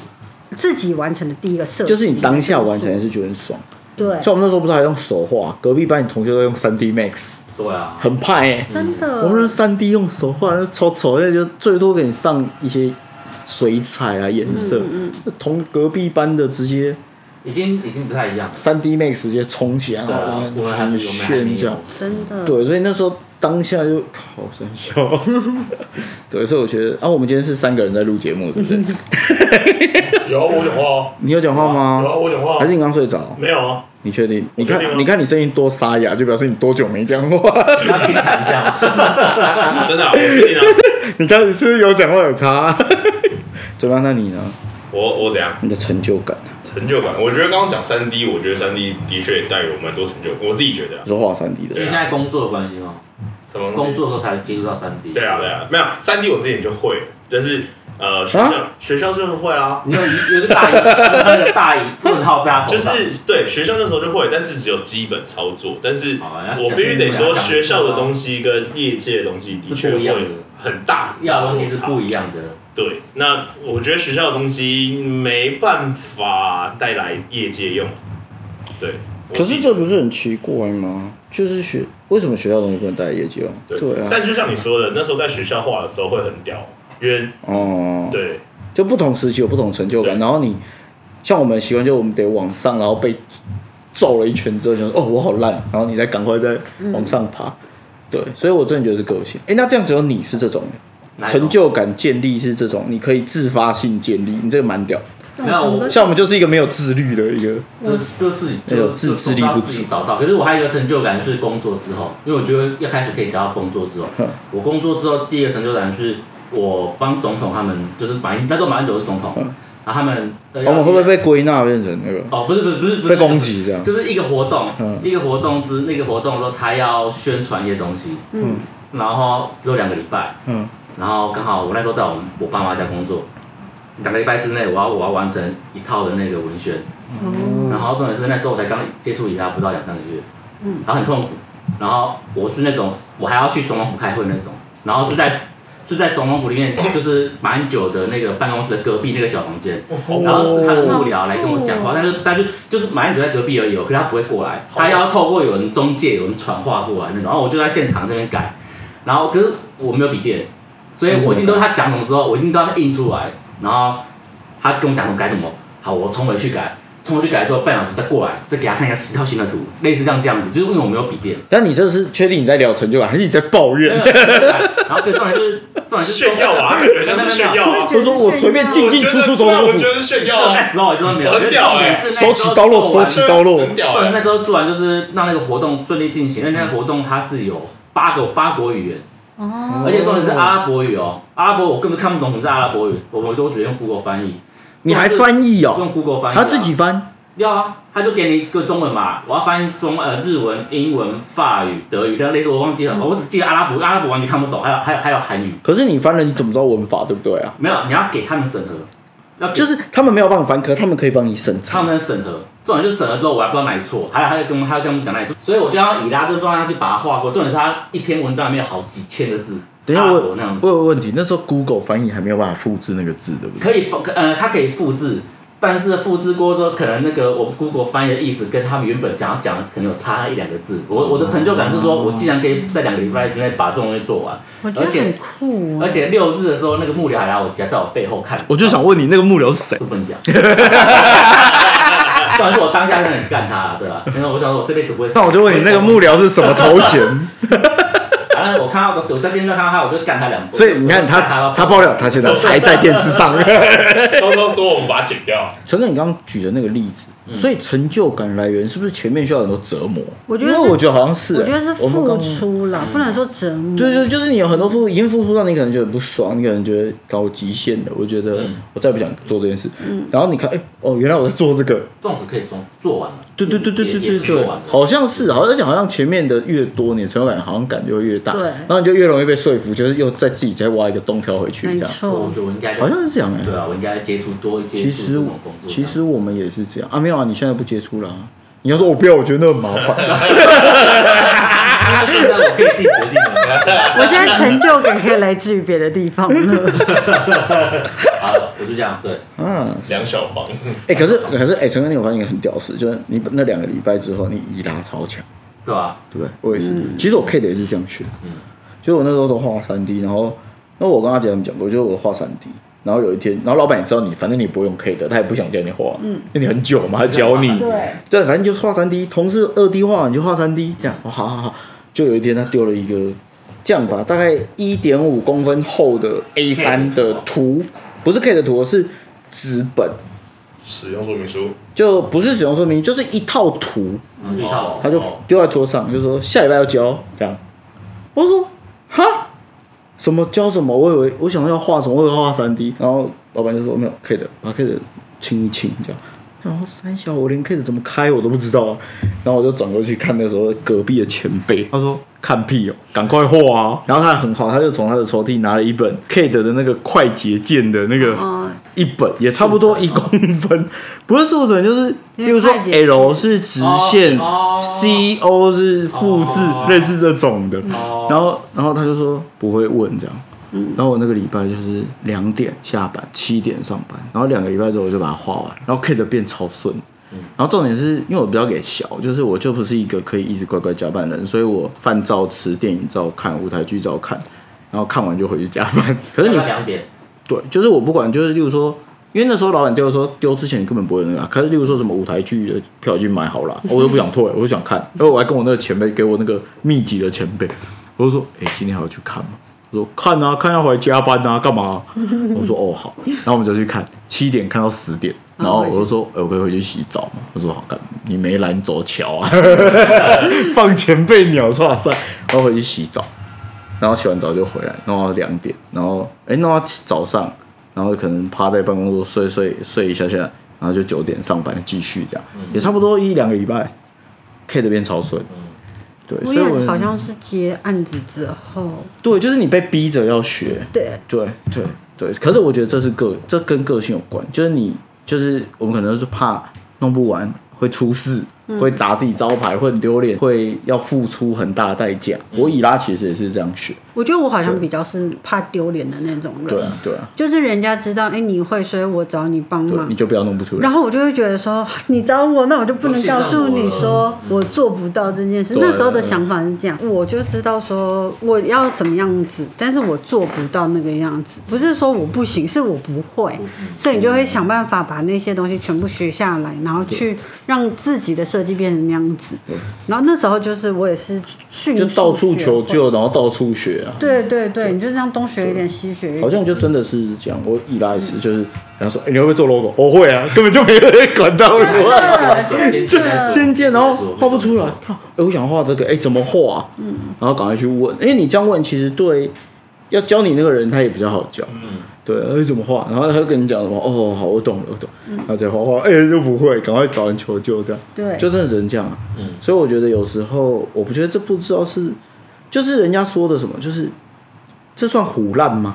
[SPEAKER 1] 自己完成的第一个设计。
[SPEAKER 4] 就是你当下完全是觉得很爽。
[SPEAKER 1] 对，
[SPEAKER 4] 像我们那时候不是还用手画，隔壁班你同学都用三 D Max，
[SPEAKER 2] 对啊，
[SPEAKER 4] 很派哎、
[SPEAKER 1] 真的。
[SPEAKER 4] 我们用三 D 用手画，那超丑，那就最多给你上一些水彩啊、颜色。
[SPEAKER 1] 嗯
[SPEAKER 4] 那同隔壁班的直接
[SPEAKER 2] 已经已经不太一样了。
[SPEAKER 4] 三 D Max 直接冲起来，
[SPEAKER 2] 对啊
[SPEAKER 4] 哇，
[SPEAKER 2] 我们还没有，我们还没
[SPEAKER 4] 很炫这样
[SPEAKER 2] 有。。
[SPEAKER 1] 真的，
[SPEAKER 4] 对，所以那时候当下就靠真笑。对，所以我觉得啊，我们今天是三个人在录节目，是 不是？
[SPEAKER 5] 有啊，我讲话
[SPEAKER 4] 你有讲话
[SPEAKER 5] 啊，有
[SPEAKER 4] 吗
[SPEAKER 5] 啊，？我讲话
[SPEAKER 4] 还
[SPEAKER 5] 啊
[SPEAKER 4] 是，你刚睡着？
[SPEAKER 5] 没有啊，
[SPEAKER 4] 你确定？你
[SPEAKER 5] 确定啊
[SPEAKER 4] 看，你看你声音多沙哑，就表示你多久没讲话？
[SPEAKER 2] 你要轻谈一下嘛。
[SPEAKER 3] 真的啊，我确定啊。
[SPEAKER 4] 你看你是不是有讲话有差？ 怎么样？那你呢？
[SPEAKER 3] 我我怎样
[SPEAKER 4] 你的成就感？
[SPEAKER 3] 成就感？我觉得刚刚讲三 D，我觉得三 D 的确带给我蛮多成就，我自己觉得啊
[SPEAKER 4] 你。说画三 D
[SPEAKER 2] 就
[SPEAKER 4] 的
[SPEAKER 2] 是现在工作的关系吗？
[SPEAKER 3] 什么
[SPEAKER 2] 工？作的时候才接触到三 D。
[SPEAKER 3] 对啊对啊，没有三 D 我之前就会了，但是呃学校、
[SPEAKER 4] 啊
[SPEAKER 3] 学校是会啦、
[SPEAKER 2] 你有有一个大姨，那个大姨问号在她头
[SPEAKER 3] 就
[SPEAKER 2] 上。
[SPEAKER 3] 是对学校那时候就会，但是只有基本操作。但是
[SPEAKER 2] 好啊
[SPEAKER 3] 我必须得说，学校的东西跟业界的东西的确
[SPEAKER 2] 是不一
[SPEAKER 3] 会
[SPEAKER 2] 样的
[SPEAKER 3] 很大
[SPEAKER 2] 要的东西是不
[SPEAKER 3] 样。
[SPEAKER 2] 一样的，
[SPEAKER 3] 对，那我觉得学校的东西没办法带来业界用。对，我
[SPEAKER 4] 可
[SPEAKER 3] 自
[SPEAKER 4] 是
[SPEAKER 3] 己
[SPEAKER 4] 这不是很奇怪吗？就是学为什么学校东西不能带业绩哦？
[SPEAKER 3] 对
[SPEAKER 4] 对啊，
[SPEAKER 3] 但就像你说的，那时候在学校画的时候会很屌，因为
[SPEAKER 4] 哦，
[SPEAKER 3] 对
[SPEAKER 4] 就不同时期有不同成就感。
[SPEAKER 3] 对
[SPEAKER 4] 然后你像我们的习惯，就我们得往上，然后被揍了一拳之后，就说哦我好烂，然后你再赶快再往上
[SPEAKER 5] 嗯
[SPEAKER 4] 爬。对，所以我真的觉得是个性。哎，那这样只有你是这种
[SPEAKER 2] 哪一种
[SPEAKER 4] 成就感建立是这种，你可以自发性建立，你这个蛮屌。
[SPEAKER 1] 那
[SPEAKER 2] 没有
[SPEAKER 1] 整个
[SPEAKER 2] 我
[SPEAKER 4] 像我们就是一个没有自律的一个，
[SPEAKER 2] 就就自己
[SPEAKER 4] 那
[SPEAKER 2] 就
[SPEAKER 4] 种自
[SPEAKER 2] 就
[SPEAKER 4] 自立不
[SPEAKER 2] 就
[SPEAKER 4] 足
[SPEAKER 2] 自己找到。可是我还有一个成就感是工作之后，因为我觉得一开始可以聊到工作之后
[SPEAKER 4] 哼，
[SPEAKER 2] 我工作之后第一个成就感是我帮总统他们，就是马英那时候马英九是总统，然后他们我
[SPEAKER 4] 哦我们会不会被归纳变成那个
[SPEAKER 2] 哦，不是不是不是不
[SPEAKER 4] 被
[SPEAKER 2] 是
[SPEAKER 4] 攻击这样？
[SPEAKER 2] 就是一个活动，
[SPEAKER 4] 嗯
[SPEAKER 2] 一个活动之那个活动的时候，他要宣传一些东西，
[SPEAKER 1] 嗯，
[SPEAKER 2] 然后只有两个礼拜，
[SPEAKER 4] 嗯，
[SPEAKER 2] 然后刚好我那时候在我我爸妈家工作，两个礼拜之内我要我要完成一套的那个文宣，然后重点是那时候我才刚接触伊拉不到两三个月，
[SPEAKER 1] 嗯，
[SPEAKER 2] 然后很痛苦，然后我是那种我还要去总统府开会那种，然后是在是在总统府里面就是马英九的那个办公室的隔壁那个小房间，
[SPEAKER 4] 哦
[SPEAKER 2] 然后是他的幕僚来跟我讲话，但是但是就是马英九在隔壁而已哦，可是他不会过来，他要透过有人中介、有人传话过来那种，然后我就在现场这边改，然后可是我没有笔电，所以我一定都是他讲什么之后，我一定都要印出来，然后他跟我讲什么改什么，好，我冲回去改，冲回去改之后半小时再过来，再给他看一下一套新的图，类似像这样子，就是因为我没有笔电，
[SPEAKER 4] 但你这是确定你在聊成就感，还是你在抱怨？
[SPEAKER 2] 然后对，重点就是重点是
[SPEAKER 3] 炫耀啊，感觉像是炫耀啊。
[SPEAKER 4] 我说我随便进进出出走
[SPEAKER 3] 我觉得
[SPEAKER 4] 走
[SPEAKER 3] 我觉得是炫耀
[SPEAKER 2] 那
[SPEAKER 3] 啊，
[SPEAKER 2] 时候你知道没有？
[SPEAKER 4] 欸
[SPEAKER 3] 很屌
[SPEAKER 2] 重点是那时
[SPEAKER 4] 手
[SPEAKER 2] 候
[SPEAKER 4] 起刀落，
[SPEAKER 2] 做
[SPEAKER 4] 手
[SPEAKER 2] 完
[SPEAKER 4] 起刀落。
[SPEAKER 3] 很屌
[SPEAKER 2] 对，
[SPEAKER 3] 欸
[SPEAKER 2] 那时候做完就是让那个活动顺利进行，因为那个活动它是有八个八国语言，
[SPEAKER 1] 哦，
[SPEAKER 2] 而且重点是阿拉伯语哦，阿拉伯我根本看不懂什么是阿拉伯语，我我都只能用 Google 翻译，
[SPEAKER 4] 你还翻译哦？
[SPEAKER 2] 用 Google 翻译啊，
[SPEAKER 4] 他自己翻，
[SPEAKER 2] 要啊，他就给你一个中文嘛，我要翻译中呃日文、英文、法语、德语，但类似我忘记了，我只记得阿拉伯，阿拉伯完全看不懂，还有还有还有韩语，
[SPEAKER 4] 可是你翻了，你怎么知道文法对不对啊？
[SPEAKER 2] 没有，你要给他们审核，要给
[SPEAKER 4] 就是他们没有办法翻，可是他们可以帮你审
[SPEAKER 2] 他
[SPEAKER 4] 查。
[SPEAKER 2] 们在审核，重点就是审核之后我还不知道哪里错，还有他在跟我他在跟我们讲哪里错，所以我就要以拉这方向去把它划过。重点是他一篇文章里面有好几千个字，
[SPEAKER 4] 等一下
[SPEAKER 2] 阿拉
[SPEAKER 4] 我
[SPEAKER 2] 伯那样
[SPEAKER 4] 我有个问题，那时候 Google 翻译还没有办法复制那个字，对不对？
[SPEAKER 2] 可以复呃，它可以复制，但是复制过之后，可能那个我们 Google 翻译的意思跟他们原本想要讲的可能有差一两个字。我
[SPEAKER 4] 哦
[SPEAKER 2] 我的成就感是说，我竟然可以在两个礼拜之内把这种东西做完，
[SPEAKER 1] 我觉得
[SPEAKER 2] 而且
[SPEAKER 1] 很酷
[SPEAKER 2] 而
[SPEAKER 1] 哦，
[SPEAKER 2] 且六日的时候，那个幕僚还来我家，在我背后看，
[SPEAKER 4] 我就想问你，那个幕僚是谁？
[SPEAKER 2] 不能讲。 当然是我当下是很干他啊啦，对吧、因为我想说，我这辈子不会。
[SPEAKER 4] 那我就问你，那个幕僚是什么头衔？
[SPEAKER 2] 反正我看到我在电视上看到他，我就干他两波。
[SPEAKER 4] 所以你看他
[SPEAKER 2] 我就干到
[SPEAKER 4] 他爆料，他现在还在电视上。
[SPEAKER 5] 偷偷说我们把它剪掉，
[SPEAKER 4] 陈哥，你刚刚举的那个例
[SPEAKER 2] 嗯
[SPEAKER 4] 子，所以成就感来源是不是前面需要很多折磨？
[SPEAKER 1] 我觉得是
[SPEAKER 4] 因为我觉得好像是欸，
[SPEAKER 1] 我觉得是
[SPEAKER 4] 我们刚
[SPEAKER 1] 付出啦，不能说折磨。
[SPEAKER 4] 对对，就是你有很多付出，已经付出到你可能觉得很不爽，你可能觉得到极限了，我觉得
[SPEAKER 2] 嗯
[SPEAKER 4] 我再不想做这件事。
[SPEAKER 1] 嗯
[SPEAKER 4] 然后你看，哎、哦，原来我在做这个，
[SPEAKER 2] 粽子可以做做完了。
[SPEAKER 4] 对对对对
[SPEAKER 2] 也
[SPEAKER 4] 对
[SPEAKER 2] 也
[SPEAKER 4] 对
[SPEAKER 2] 是做
[SPEAKER 4] 对
[SPEAKER 2] 完了，
[SPEAKER 4] 好像是，好像而且好像前面的越多，你的成就感好像感就越大，
[SPEAKER 1] 对
[SPEAKER 4] 然后你就越容易被说服，就是又再自己再挖一个洞跳回去
[SPEAKER 1] 没
[SPEAKER 4] 这样，
[SPEAKER 2] 我
[SPEAKER 1] 错，
[SPEAKER 2] 觉得我应该
[SPEAKER 4] 好像是这样哎、
[SPEAKER 2] 对啊，我应该接触多一接
[SPEAKER 4] 其
[SPEAKER 2] 触这
[SPEAKER 4] 实
[SPEAKER 2] 种工作。
[SPEAKER 4] 其实我们也是这样啊，没有啊，你现在不接触啦、
[SPEAKER 6] 你要说我不要，我觉得那很麻烦。
[SPEAKER 4] 啊
[SPEAKER 2] 啊那我可以自己决定的。
[SPEAKER 1] 我现在成就感可以来自于别的地方了。
[SPEAKER 2] 好，我就这样，对，
[SPEAKER 6] 嗯，
[SPEAKER 5] 两小房，
[SPEAKER 4] 哎、可是可是哎，陈、哥，你有发现一个很屌的事，就是你那两个礼拜之后，你移拉超强，
[SPEAKER 2] 对吧？
[SPEAKER 4] 对不对？我也是，其实我 K 的也是这样学，嗯，就我那时候都画三 D，然后那我跟阿杰他们讲过，就是我画三 D。然后有一天，然后老板也知道你，反正你不会用 K 的，他也不想叫你画，嗯，因为 你很久嘛，他教你，
[SPEAKER 1] 对，
[SPEAKER 4] 对，反正就画三 D，同事二 D 画你就画三 D，这样，哦，好好好，就有一天他丢了一个这样吧，大概一点五公分厚的 A 三的图，不是 K 的图，是纸本，
[SPEAKER 5] 使用说明书，
[SPEAKER 4] 就不是使用说明，就是一套图，
[SPEAKER 2] 嗯，一套，
[SPEAKER 4] 他就
[SPEAKER 1] 哦
[SPEAKER 4] 丢在桌上，就说下礼拜要交，这样，我说哈，什么交什么，我以为我想要画什么，我以为画三 D，然后老板就说没有 K 的，把 K 的清一清这样。然后三小，我连 K 的怎么开我都不知道、啊，然后我就转过去看那时候隔壁的前辈，他说看屁哦，赶快画啊！然后他很好，他就从他的抽屉拿了一本 K 的的那个快捷键的那个
[SPEAKER 1] 哦
[SPEAKER 4] 一本，也差不多一公分，不是速成就是，比
[SPEAKER 1] 因为
[SPEAKER 4] 如说
[SPEAKER 1] 快捷
[SPEAKER 4] L 是直线
[SPEAKER 2] 哦哦
[SPEAKER 4] ，C O 是复制，类似这种的。然后，然后他就说不会问这样。然后我那个礼拜就是两点下班，七点上班，然后两个礼拜之后我就把它画完，然后 K 的变超顺。然后重点是因为我比较给小，就是我就不是一个可以一直乖乖加班的人，所以我饭照吃，电影照看，舞台剧照看，然后看完就回去加班。可是你
[SPEAKER 2] 要两点，
[SPEAKER 4] 对，就是我不管，就是例如说，因为那时候老板丢的时候丢之前你根本不会有那个啊，可是例如说什么舞台剧的票已经买好了啊，我又不想退，我就想看，然后我还跟我那个前辈给我那个密集的前辈，我就说，哎、今天还要去看吗？我说看啊，看要回来加班啊，干嘛、我说哦好，然后我们就去看，七点看到十点，然后我就说，哎、我可以回去洗澡吗？他说好干，你没来你走桥啊， 放前辈鸟，哇塞，然后回去洗澡，然后洗完澡就回来，弄到两点，然后哎弄到早上，然后可能趴在办公桌睡睡睡一下下，然后就九点上班继续这样，也差不多一两个礼拜，K 的变超顺，对，
[SPEAKER 1] 我
[SPEAKER 4] 所以
[SPEAKER 1] 也
[SPEAKER 4] 我
[SPEAKER 1] 好像是接案子之后，
[SPEAKER 4] 对，就是你被逼着要学，
[SPEAKER 1] 对，
[SPEAKER 4] 对对对，可是我觉得这是个，这跟个性有关，就是你就是我们可能是怕弄不完会出事，
[SPEAKER 1] 嗯
[SPEAKER 4] 会砸自己招牌，会很丢脸，会要付出很大的代价。
[SPEAKER 1] 嗯
[SPEAKER 4] 我以拉其实也是这样学，
[SPEAKER 1] 我觉得我好像比较是怕丢脸的那种人，
[SPEAKER 4] 对啊对啊，
[SPEAKER 1] 就是人家知道哎、你会，所以我找你帮
[SPEAKER 4] 对，啊
[SPEAKER 1] 忙
[SPEAKER 4] 你。就不要弄不出来
[SPEAKER 1] 然。后我就会觉得说，你找我，那我就不能告诉你
[SPEAKER 2] 我信任
[SPEAKER 1] 说我做不到这件事。
[SPEAKER 4] 嗯对
[SPEAKER 1] 那时候的想法是这样，我就知道说我要什么样子，但是我做不到那个样子，不是说我不行，是我不会。
[SPEAKER 4] 嗯
[SPEAKER 1] 所以你就会想办法把那些东西全部学下来，然后去让自己的设计变成那样子。然后那时候就是我也是迅
[SPEAKER 4] 就
[SPEAKER 1] 速
[SPEAKER 4] 到处
[SPEAKER 1] 学
[SPEAKER 4] 求
[SPEAKER 1] 会。
[SPEAKER 4] 救，然后到处学啊，
[SPEAKER 1] 对对对，你就这样东学一点，西学一点。
[SPEAKER 4] 好像就真的是这样。我以拉也是，就是然后说，哎、你会不会做 logo？我会啊，根本就没人管到我。
[SPEAKER 2] 就
[SPEAKER 4] 先见，然后画不出来，靠！哎、我想画这个，哎、怎么画、啊？嗯，然后赶快去问，因为你这样问，其实对要教你那个人他也比较好教。嗯，对，哎、怎么画？然后他就跟你讲什么，哦，好，我懂了，我懂。然后再画画，哎、又不会，赶快找人求救，这样。
[SPEAKER 1] 对
[SPEAKER 4] 就真的只能这样啊。嗯，所以我觉得有时候，我不觉得这不知道是，就是人家说的什么，就是这算虎烂吗？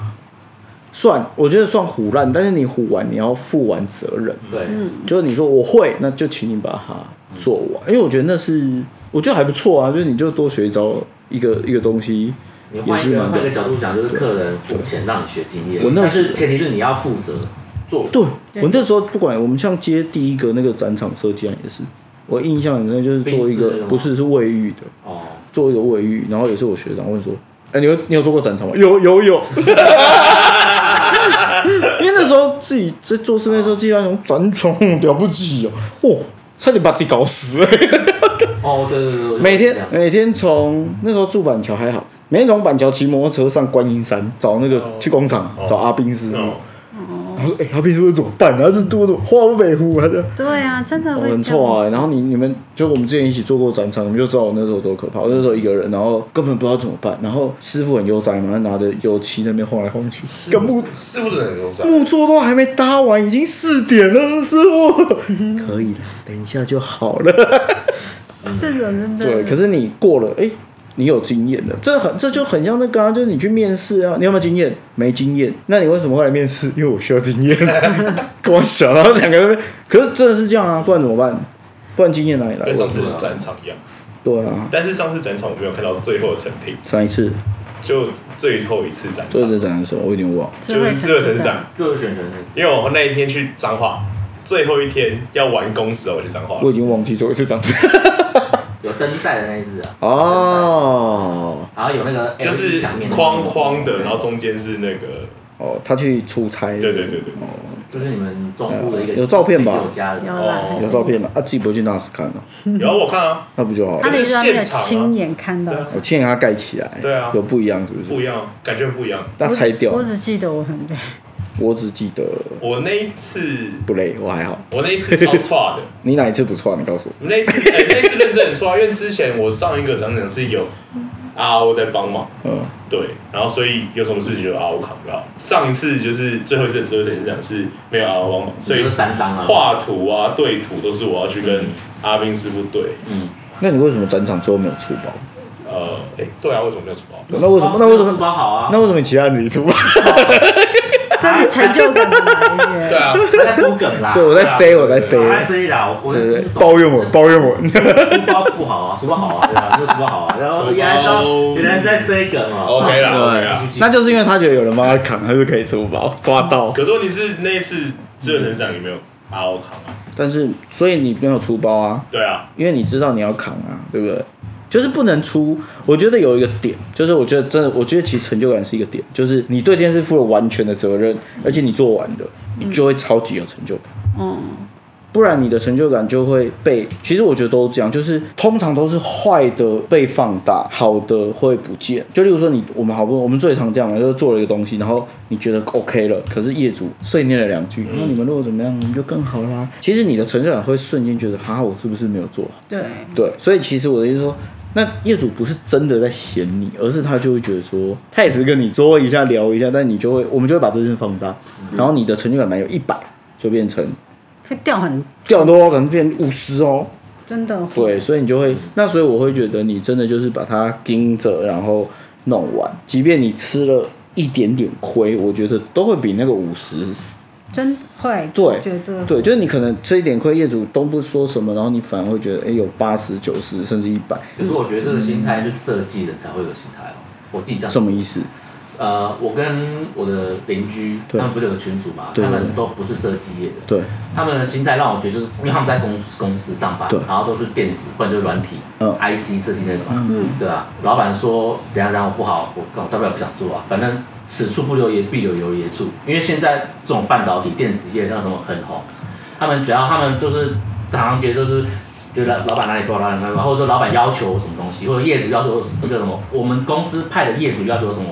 [SPEAKER 4] 算，我觉得算虎烂，但是你虎完，你要负完责任。
[SPEAKER 2] 对，
[SPEAKER 4] 就是你说我会，那就请你把它做完，因为我觉得那是我觉得还不错啊，就是你就多学一招一个一个东西，
[SPEAKER 2] 你换一
[SPEAKER 4] 也是
[SPEAKER 2] 个
[SPEAKER 4] 蛮
[SPEAKER 2] 那个角度讲，就是客人付钱让你学经验
[SPEAKER 4] 我，那
[SPEAKER 2] 但是前提是你要负责做。
[SPEAKER 4] 对我那时候不管我们像接第一个那个展场设计案啊也是，我印象很深就是做一
[SPEAKER 2] 冰室那
[SPEAKER 4] 个
[SPEAKER 2] 种
[SPEAKER 4] 不是是卫浴的，
[SPEAKER 2] 哦，
[SPEAKER 4] 做一个卫浴，然后也是我学长问说，哎、你有你有做过展场吗？有有有。 因为那时候自己在做室内设计啊，什么展场了不起哦，哇、差点把自己搞死、欸。
[SPEAKER 2] 哦，对对对对，
[SPEAKER 4] 每天
[SPEAKER 2] 这样
[SPEAKER 4] 每天从那时候住板桥还好，每天从板桥骑摩托车上观音山找那个去工厂找阿斌
[SPEAKER 3] 嗯
[SPEAKER 4] 师傅，
[SPEAKER 5] 哦
[SPEAKER 4] 然后哎、阿斌师傅怎么办？然后是多多花不北湖，他就
[SPEAKER 1] 对啊，真的
[SPEAKER 4] 我
[SPEAKER 1] 会
[SPEAKER 4] 很
[SPEAKER 1] 这样
[SPEAKER 4] 臭啊、
[SPEAKER 1] 子
[SPEAKER 4] 然后你你们就我们之前一起做过展场，你们就知道我那时候多可怕。我那时候一个人，然后根本不知道怎么办，然后师傅很悠哉嘛，拿着油漆在那边晃来晃去，跟木
[SPEAKER 5] 是不是很容易？
[SPEAKER 3] 嗯
[SPEAKER 4] 木座都还没搭完，已经四点了，师傅 可以了，等一下就好了。
[SPEAKER 1] 这种真的
[SPEAKER 4] 对，可是你过了，哎、你有经验的，这很这就很像那个啊，就是你去面试啊，你有没有经验？没经验，那你为什么会来面试？因为我需要经验。跟我想，然后两个人，可是真的是这样啊，不然怎么办？不不然经验哪里来
[SPEAKER 5] 跟上
[SPEAKER 4] 的？
[SPEAKER 5] 次的展场一样。
[SPEAKER 4] 对啊，
[SPEAKER 5] 但是上次展场我没有看到最后的成品，
[SPEAKER 4] 上一次
[SPEAKER 5] 就最后一次展
[SPEAKER 4] 做
[SPEAKER 5] 场，
[SPEAKER 4] 这展的时候，我有点忘了。
[SPEAKER 5] 就
[SPEAKER 1] 慧
[SPEAKER 5] 是自由
[SPEAKER 1] 城
[SPEAKER 5] 成
[SPEAKER 1] 市
[SPEAKER 5] 长，
[SPEAKER 2] 就是选成那个
[SPEAKER 5] 因为我那一天去彰化，最后一天要完工时候我去彰化
[SPEAKER 6] 我，已经忘记做一次 长什么样。
[SPEAKER 2] 有灯带的那一只啊，
[SPEAKER 4] 哦
[SPEAKER 2] 然后有那个 E
[SPEAKER 5] 就是框框的，然后中间是那个，
[SPEAKER 4] 哦，他去出差。
[SPEAKER 5] 对对对对
[SPEAKER 2] 就是你们中部的一个
[SPEAKER 4] 呃有照片吧
[SPEAKER 2] 有家的
[SPEAKER 1] 有
[SPEAKER 5] 哦
[SPEAKER 1] 啦，
[SPEAKER 4] 有照片了啊，自己不会去那时看了，
[SPEAKER 5] 然后我看啊，
[SPEAKER 4] 那不就好
[SPEAKER 1] 他
[SPEAKER 4] 了？
[SPEAKER 1] 的一张没有
[SPEAKER 5] 现场啊
[SPEAKER 1] 亲眼看到
[SPEAKER 5] 对，啊
[SPEAKER 4] 我欠他盖起来。
[SPEAKER 5] 对啊
[SPEAKER 4] 有不一样是不
[SPEAKER 5] 不
[SPEAKER 4] 是？
[SPEAKER 5] 一样，啊感觉很不一样。
[SPEAKER 4] 那拆掉
[SPEAKER 1] 我，只记得我很累，
[SPEAKER 4] 我只记得
[SPEAKER 5] 我那一次，
[SPEAKER 4] 不累，我还好。
[SPEAKER 5] 我那一次超差的，
[SPEAKER 4] 你哪一次不错？啊你告诉我。
[SPEAKER 5] 那一次、哎那一次认真很差，因为之前我上一个展场是有 RO 在帮忙，
[SPEAKER 4] 嗯，
[SPEAKER 5] 对，然后所以有什么事情就 RO 扛就好。上一次就是最后一次的自由成长是没有 RO 帮忙，所以
[SPEAKER 2] 就是担当啊，
[SPEAKER 5] 画图啊、对图都是我要去跟阿斌师傅对。
[SPEAKER 4] 那你为什么展场最后没有出包？
[SPEAKER 5] 呃，哎、对啊，为什么没有出包？
[SPEAKER 4] 那为什么？那为什么？
[SPEAKER 2] 包好啊？
[SPEAKER 4] 那为什么你其他案子一出包？
[SPEAKER 1] 这是成就感的来
[SPEAKER 5] 对
[SPEAKER 1] 源。
[SPEAKER 5] 啊，
[SPEAKER 2] 他在铺梗啦，
[SPEAKER 4] 对我在
[SPEAKER 2] 啊
[SPEAKER 4] say，我在
[SPEAKER 2] 我在
[SPEAKER 4] say
[SPEAKER 2] 塞啦，我我
[SPEAKER 4] 对对对
[SPEAKER 2] 听不懂
[SPEAKER 6] 抱怨我，抱怨我，
[SPEAKER 2] 书包不好啊，书包好啊，对吧？就书包好啊，然后原来都原来在塞梗哦。
[SPEAKER 5] OK 啦
[SPEAKER 4] 对
[SPEAKER 5] ，OK 啦。
[SPEAKER 4] 那就是因为他觉得有人帮他扛，他就可以出 包抓到。
[SPEAKER 5] 可是问题是那一次自由成长有没有阿欧扛啊？
[SPEAKER 4] 但是，所以你没有出包啊，
[SPEAKER 5] 对啊，
[SPEAKER 4] 因为你知道你要扛啊，对不对？就是不能出。我觉得有一个点，就是我觉得真的，我觉得其实成就感是一个点，就是你对这件事负了完全的责任，而且你做完了，你就会超级有成就感。
[SPEAKER 1] 嗯，
[SPEAKER 4] 不然你的成就感就会被，其实我觉得都是这样，就是通常都是坏的被放大，好的会不见。就例如说你，我们好不容易，我们最常这样嘛，就是做了一个东西，然后你觉得 OK 了，可是业主碎念了两句，那你们如果怎么样，你们就更好啦。其实你的成就感会瞬间觉得，哈，我是不是没有做好？
[SPEAKER 1] 对，
[SPEAKER 4] 对，所以其实我的意思是说，那业主不是真的在嫌你，而是他就会觉得说，他也只是跟你说一下聊一下，但你就会，我们就会把这件事放大，然后你的成就感满有一百，就变成。
[SPEAKER 1] 可以掉很
[SPEAKER 4] 掉很多可能变五十哦。
[SPEAKER 1] 真的。
[SPEAKER 4] 对，，所以你就会，那所以我会觉得你真的就是把它盯着，然后弄完，即便你吃了一点点亏，我觉得都会比那个五十。
[SPEAKER 1] 真会，
[SPEAKER 4] 对
[SPEAKER 1] 绝对
[SPEAKER 4] 对，就是你可能吃一点亏，业主都不说什么，然后你反而会觉得，哎，有八十、九十，甚至一百，
[SPEAKER 2] 可是我觉得这个心态是设计人才会有的心态哦。我自己讲
[SPEAKER 4] 什么意思？
[SPEAKER 2] 呃，我跟我的邻居，他
[SPEAKER 4] 对
[SPEAKER 2] 们不是有个群组嘛？
[SPEAKER 4] 对
[SPEAKER 2] 他
[SPEAKER 4] 对
[SPEAKER 2] 们都不是设计业的，
[SPEAKER 4] 对，
[SPEAKER 2] 他们的心态让我觉得，就是因为他们在公公司上班
[SPEAKER 4] 对，
[SPEAKER 2] 然后都是电子，不然就是软体、
[SPEAKER 4] 嗯
[SPEAKER 2] IC 设计那种，对啊。老板说怎样怎样我不好，我我大不了不想做啊，反正此处不留爷，必有留爷处。因为现在这种半导体、电子业那种什么很红，他们只要他们就是常常觉得就是。觉得老板哪里不好，哪里哪里不好，或者说老板要求什么东西，或者业主要求那个什么，我们公司派的业主要求什么，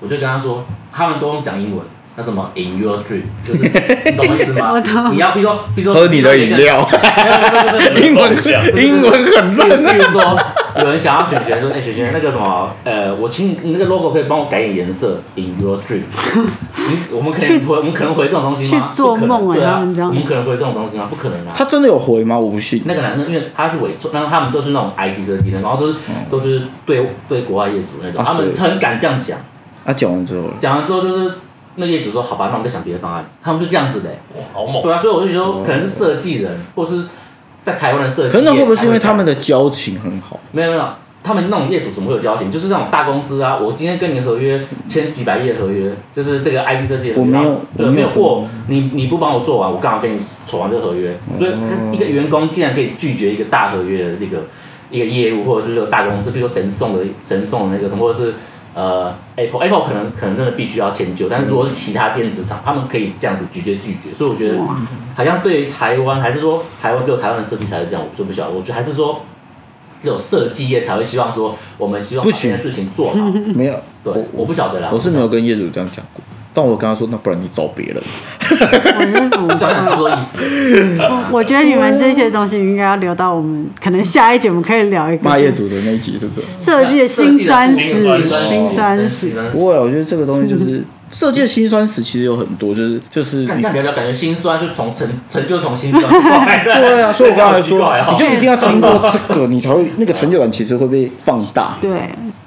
[SPEAKER 2] 我就跟他说，他们都用讲英文，那什么 in your dream，就是你懂我意思吗？
[SPEAKER 1] 我懂
[SPEAKER 2] 你要比如说，比如说
[SPEAKER 4] 喝你的饮料， 英文
[SPEAKER 5] 想
[SPEAKER 4] 英文很
[SPEAKER 2] 比如
[SPEAKER 4] 烂
[SPEAKER 2] 比如说，有人想要选学生，哎、选学生那个什么，呃，我请你你那个 logo 可以帮我改点颜色，in your dream。你我们可能回，我们可能回这种东西吗？
[SPEAKER 1] 去做梦
[SPEAKER 2] 不
[SPEAKER 1] 啊
[SPEAKER 2] 可能对啊，
[SPEAKER 1] 他们这样
[SPEAKER 2] 我们可能回这种东西吗？不可能啊。
[SPEAKER 4] 他真的有回吗？我不信。
[SPEAKER 2] 那个男生，因为他是伪装，然后他们都是那种 IT 设计的，然后都是、都是对对国外业主那种，
[SPEAKER 4] 嗯啊
[SPEAKER 2] 他
[SPEAKER 4] 所
[SPEAKER 2] 们
[SPEAKER 4] 以
[SPEAKER 2] 很敢这样讲。
[SPEAKER 4] 他讲完之后了，
[SPEAKER 2] 讲完之后就是那业主说好吧，那我们再想别的方案。他们是这样子的、
[SPEAKER 4] 哦
[SPEAKER 2] 欸
[SPEAKER 5] 哇，好猛！
[SPEAKER 2] 对啊，所以我就觉得可能是设计人，或是在台湾的设计业才这
[SPEAKER 4] 可是
[SPEAKER 2] 样。
[SPEAKER 4] 那会不会是因为他们的交情很好？
[SPEAKER 2] 没有没有，他们那种业主怎么会有交情？就是那种大公司啊，我今天跟你合约签几百页合约，就是这个 IT 设计的合约，
[SPEAKER 4] 我没有
[SPEAKER 2] 然后对
[SPEAKER 4] 我没
[SPEAKER 2] 没
[SPEAKER 4] 有
[SPEAKER 2] 有过，你你不帮我做完，我干嘛跟你扯完这个合约？所以
[SPEAKER 4] 嗯
[SPEAKER 2] 一个员工竟然可以拒绝一个大合约的那个一个业务，或者是这个大公司，比如说神送的神送的那个什么，或者是。呃，Apple Apple 可能可能真的必须要迁就，但是如果是其他电子厂，他们可以这样子直接拒绝，所以我觉得
[SPEAKER 1] 哇
[SPEAKER 2] 好像对于台湾，还是说台湾只有台湾的设计才是这样，我就不晓得。我觉得还是说只有设计业才会希望说，我们希望
[SPEAKER 4] 不
[SPEAKER 2] 把
[SPEAKER 4] 行
[SPEAKER 2] 这件事情做 好。
[SPEAKER 4] 没有，
[SPEAKER 2] 对，我不晓得啦。
[SPEAKER 4] 我是没有跟业主这样讲过，但我跟他说，那不然你找别人。
[SPEAKER 1] 我是不
[SPEAKER 2] 我讲的差不多意 思。
[SPEAKER 1] 我我觉得你们这些东西应该要留到我们可能下一节我们可以聊一个
[SPEAKER 4] 骂业主的那一集是不是？
[SPEAKER 1] 设计的辛酸
[SPEAKER 5] 辛
[SPEAKER 1] 史
[SPEAKER 5] 酸，史
[SPEAKER 1] 辛酸史。
[SPEAKER 2] 酸
[SPEAKER 4] 不会啊，我觉得这个东西就是设计的辛酸史，其实有很多，就是就是
[SPEAKER 2] 看这样聊聊，感觉心酸就从成成就从心酸 过来的。
[SPEAKER 4] 对啊，所以我刚 才
[SPEAKER 2] 奇
[SPEAKER 4] 说
[SPEAKER 2] 怪哦，
[SPEAKER 4] 你就一定要经过这个，你才会那个成就感其实会被放大。
[SPEAKER 1] 对，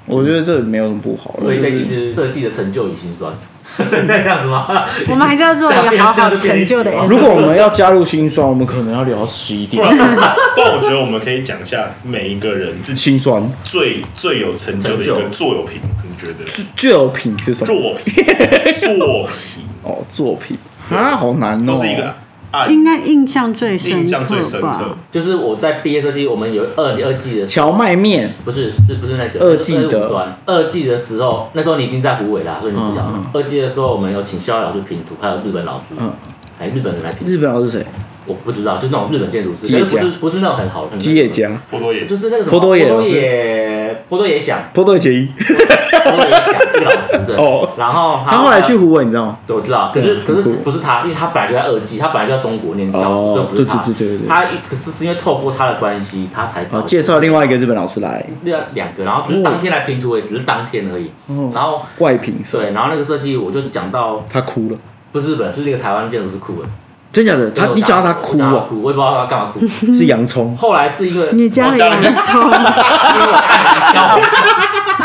[SPEAKER 4] 我觉得这没有什么不好，
[SPEAKER 2] 所以这
[SPEAKER 4] 就
[SPEAKER 2] 就是是设计的成就与心酸。 那样子吗？
[SPEAKER 1] 我们还是要做一
[SPEAKER 2] 这
[SPEAKER 1] 个
[SPEAKER 2] 样
[SPEAKER 1] 好
[SPEAKER 2] 这
[SPEAKER 1] 好
[SPEAKER 2] 样就变
[SPEAKER 1] 成就的
[SPEAKER 2] 一集
[SPEAKER 1] ending
[SPEAKER 4] 如果我们要加入心酸，我们可能要聊到十一
[SPEAKER 5] 不
[SPEAKER 4] 点。
[SPEAKER 5] 然，不然我觉得我们可以讲一下每一个人自己
[SPEAKER 4] 心酸
[SPEAKER 5] 最最有成就的一
[SPEAKER 2] 成
[SPEAKER 5] 个
[SPEAKER 2] 就
[SPEAKER 5] 作品，你觉得？
[SPEAKER 4] 作品是什么？
[SPEAKER 5] 作品，作品
[SPEAKER 4] 哦，作品啊，好难哦。
[SPEAKER 5] 都是一个爱
[SPEAKER 1] 应该印象最深
[SPEAKER 5] 印象最深
[SPEAKER 1] 刻
[SPEAKER 5] 刻
[SPEAKER 1] 吧。。
[SPEAKER 2] 就是我在毕业设计，我们有二二季的时候，
[SPEAKER 4] 荞麦面，
[SPEAKER 1] 嗯
[SPEAKER 2] 不是是不是那个
[SPEAKER 4] 二季的
[SPEAKER 2] 就是五专二季的时候，那时候你已经在湖北啦，所以你不晓得。
[SPEAKER 4] 嗯
[SPEAKER 2] 二季的时候，我们有请肖老师拼图，还有日本老师，
[SPEAKER 4] 嗯
[SPEAKER 2] 还有日本人来拼图
[SPEAKER 4] 日本佬是谁？
[SPEAKER 2] 我不知道，就那种日本建筑师，
[SPEAKER 4] 吉野
[SPEAKER 2] 可是不
[SPEAKER 4] 家
[SPEAKER 2] 是不是那种很好的
[SPEAKER 4] 吉野，家，
[SPEAKER 5] 波多野
[SPEAKER 2] 很就是那个什么
[SPEAKER 4] 波多野
[SPEAKER 2] 波
[SPEAKER 4] 老
[SPEAKER 2] 多
[SPEAKER 4] 师
[SPEAKER 2] 野波多野想
[SPEAKER 4] 波多野结衣。
[SPEAKER 2] 波多野想那个老师对，
[SPEAKER 4] 哦
[SPEAKER 2] 然后
[SPEAKER 4] 他后来去湖北，你知道吗？
[SPEAKER 2] 对，我知道，可是可
[SPEAKER 4] 对
[SPEAKER 2] 是
[SPEAKER 4] 很酷
[SPEAKER 2] 不是他，因为他本来就在二技，他本来就在中国念教
[SPEAKER 4] 哦
[SPEAKER 2] 书，所以不是他。
[SPEAKER 4] 对对对对对
[SPEAKER 2] 他可是是因为透过他的关系，他才找
[SPEAKER 4] 哦，介绍另外一个日本老师来
[SPEAKER 2] 那两个，然后只是当天来拼图而已，只是当天而已。
[SPEAKER 4] 哦
[SPEAKER 2] 然后
[SPEAKER 4] 外评社，
[SPEAKER 2] 对，然后那个设计我就讲到
[SPEAKER 4] 他哭了，
[SPEAKER 2] 不是日本，是那个台湾建筑师哭了。
[SPEAKER 4] 真假的？
[SPEAKER 2] 对
[SPEAKER 4] 他
[SPEAKER 2] 我
[SPEAKER 4] 你讲到
[SPEAKER 2] 讲
[SPEAKER 4] 他哭
[SPEAKER 2] 我讲到
[SPEAKER 4] 哦，
[SPEAKER 2] 哭，我也不知道他干 嘛哭。
[SPEAKER 4] 是洋葱。
[SPEAKER 2] 后来是因为
[SPEAKER 1] 你家里洋葱，
[SPEAKER 2] 因为我黯然销魂，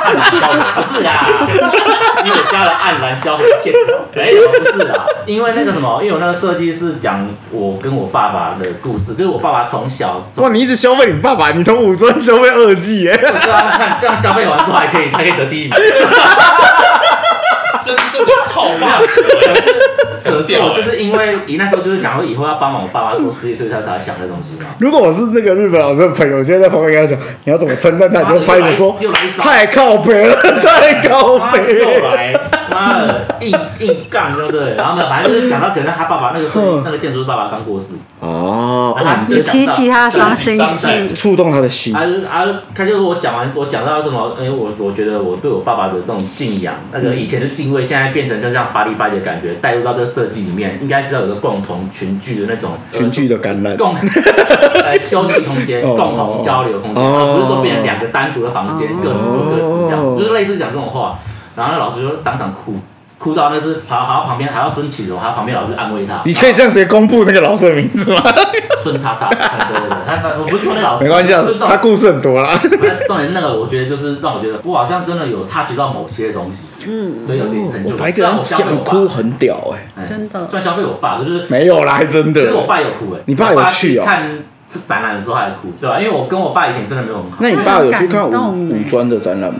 [SPEAKER 2] 黯然销魂不是啊，因为我加了黯然销魂线条，没有不是啊，因为那个什么，因为我那个设计是讲我跟我爸爸的故事，就是我爸爸从小
[SPEAKER 4] 哇，
[SPEAKER 2] 从。
[SPEAKER 4] 你一直消费你爸爸，你从五专消费二季耶，
[SPEAKER 2] 对啊，看这样消费完之后还可以，还可以得第一名。
[SPEAKER 5] 真正的靠爸
[SPEAKER 2] 可是我就是因为你那时候就是想说以后要帮忙我爸爸做事业，所以他才想这东西嘛。
[SPEAKER 4] 如果我是那个日本老师的朋友，我就在旁边跟他讲，你要怎么称赞他，你就拍着说
[SPEAKER 2] 又来一招
[SPEAKER 4] 太靠北了， 太靠
[SPEAKER 2] 妈
[SPEAKER 4] 北
[SPEAKER 2] 又
[SPEAKER 4] 了。
[SPEAKER 2] 来，妈的硬硬杠，对不对？然后呢，反正就是讲到可能他爸爸那个时候，那个建筑师爸爸刚过世，
[SPEAKER 4] 哦
[SPEAKER 2] 然后他
[SPEAKER 1] 你
[SPEAKER 2] 就想
[SPEAKER 1] 提
[SPEAKER 2] 到
[SPEAKER 1] 起他的伤心
[SPEAKER 5] 伤
[SPEAKER 1] 事
[SPEAKER 5] 心。
[SPEAKER 4] 触动他的心
[SPEAKER 2] 啊，就是啊，他就是我讲完，我讲到什么？哎、我我觉得我对我爸爸的那种敬仰，那
[SPEAKER 4] 嗯
[SPEAKER 2] 个以前的敬畏，现在变成就像巴黎巴黎的感觉，带入到这个设计里面，应该是要有个共同群聚的那种
[SPEAKER 4] 群聚的感染。
[SPEAKER 2] 共 呃休憩空间、
[SPEAKER 4] 哦
[SPEAKER 2] 共同交流空间，
[SPEAKER 4] 哦
[SPEAKER 2] 而不是说变成两个单独的房间，各自过各自这
[SPEAKER 4] 哦
[SPEAKER 2] 样，就是类似讲这种话。然后那老师就当场哭，哭到那是跑跑到旁边还要蹲起楼，还要旁边老师安慰他，
[SPEAKER 4] 你可以这样直接公布那个老师的名 字吗？
[SPEAKER 2] 孙叉叉，对对对，他他我不是说那老师，
[SPEAKER 4] 没关系啊
[SPEAKER 2] 就是，那种
[SPEAKER 4] 他故事很多啦。
[SPEAKER 2] 那重点那个，我觉得就是让我觉得我好像真的有 touch 到某些东西，嗯，对，有点成就感。虽然我消费我爸，
[SPEAKER 4] 很屌哎，
[SPEAKER 2] 哎
[SPEAKER 1] 真的
[SPEAKER 2] 虽然消费我爸，就是
[SPEAKER 4] 没有啦，还真
[SPEAKER 2] 可是我
[SPEAKER 4] 的。
[SPEAKER 2] 爸有哭哎，
[SPEAKER 4] 你爸有去哦
[SPEAKER 2] 我爸看展览的时候还哭，对吧？因为我跟我爸以前真的没有很好。
[SPEAKER 4] 那你爸有去看
[SPEAKER 1] 很感动
[SPEAKER 4] 五
[SPEAKER 1] 欸
[SPEAKER 4] 五专的展览吗？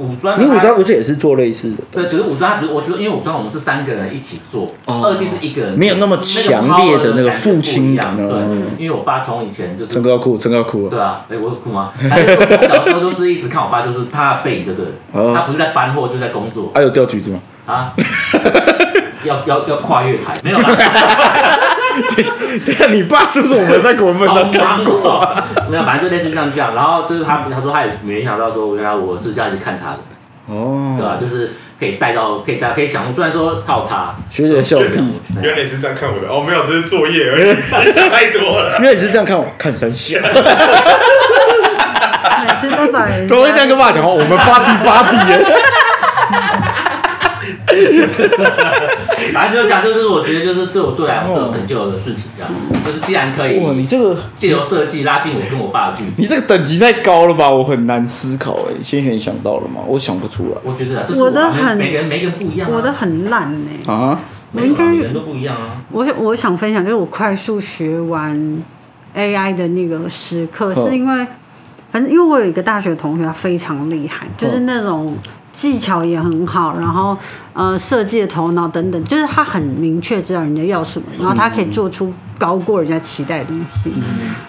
[SPEAKER 2] 五专
[SPEAKER 4] 你
[SPEAKER 2] 他
[SPEAKER 4] 五专不是也是做类似的？
[SPEAKER 2] 对，只是五专，他只是我觉得，因为五专我们是三个人一起做，
[SPEAKER 4] 哦
[SPEAKER 2] 二技是一个人，
[SPEAKER 4] 没有那么强烈的那
[SPEAKER 2] 那
[SPEAKER 4] 个
[SPEAKER 2] 个
[SPEAKER 4] 父亲
[SPEAKER 2] 感
[SPEAKER 4] 感
[SPEAKER 2] 觉不一样。
[SPEAKER 4] 嗯
[SPEAKER 2] 对，因为我爸从以前就是
[SPEAKER 4] 陈哥要哭，陈哥要哭了。
[SPEAKER 2] 对啊，哎、我有哭吗？但是我从小时候就是一直看我爸，就是他的背影，对不对？
[SPEAKER 4] 哦
[SPEAKER 2] 他不是在搬货，就在工作
[SPEAKER 4] 还有掉橘子 吗？
[SPEAKER 2] 啊。 要要要跨越台，没有啦，
[SPEAKER 4] 等一下等一下，啊你爸 是不是我们在国文 本
[SPEAKER 2] 好
[SPEAKER 4] 上看
[SPEAKER 2] 忙
[SPEAKER 4] 过啊？
[SPEAKER 2] 哦。没有，反正就类似像这样。然后就是他，他说他也没想到说，原来我是这样去看他的，对吧、
[SPEAKER 4] 哦，
[SPEAKER 2] 就是可以带到，可以带，可以想入，虽然说套他，
[SPEAKER 4] 学姐笑屁，
[SPEAKER 7] 原来你是这样看我的哦，没有，这是作业而已， 你想太多了。
[SPEAKER 4] 因为你是这样看我，看三笑，
[SPEAKER 1] 每次都把人
[SPEAKER 4] 怎么会这样跟爸讲话？我们巴蒂巴蒂耶，
[SPEAKER 2] 反正就是这样，就是我觉得就是对我对我来讲最有成就的事情，这样，就是既然可以
[SPEAKER 4] 哦哇，你这个
[SPEAKER 2] 借由设计拉近我跟我爸的距离，
[SPEAKER 4] 你这个等级太高了吧？我很难思考哎，先生你想到了吗？我想不出来
[SPEAKER 2] 我觉得啊就是
[SPEAKER 1] 我的
[SPEAKER 2] 我们
[SPEAKER 1] 很
[SPEAKER 2] 每个人每个人不一样、啊，
[SPEAKER 1] 我的很烂呢、
[SPEAKER 4] 啊。
[SPEAKER 2] 没有
[SPEAKER 1] 我应该
[SPEAKER 2] 啊，每个人都不一样啊。
[SPEAKER 1] 我我想分享，就是我快速学完 AI 的那个时刻，
[SPEAKER 4] 嗯
[SPEAKER 1] 是因为反正因为我有一个大学同学，他非常厉害，就是那种技巧也很好，然后呃设计的头脑等等，就是他很明确知道人家要什么，然后他可以做出高过人家期待的东西。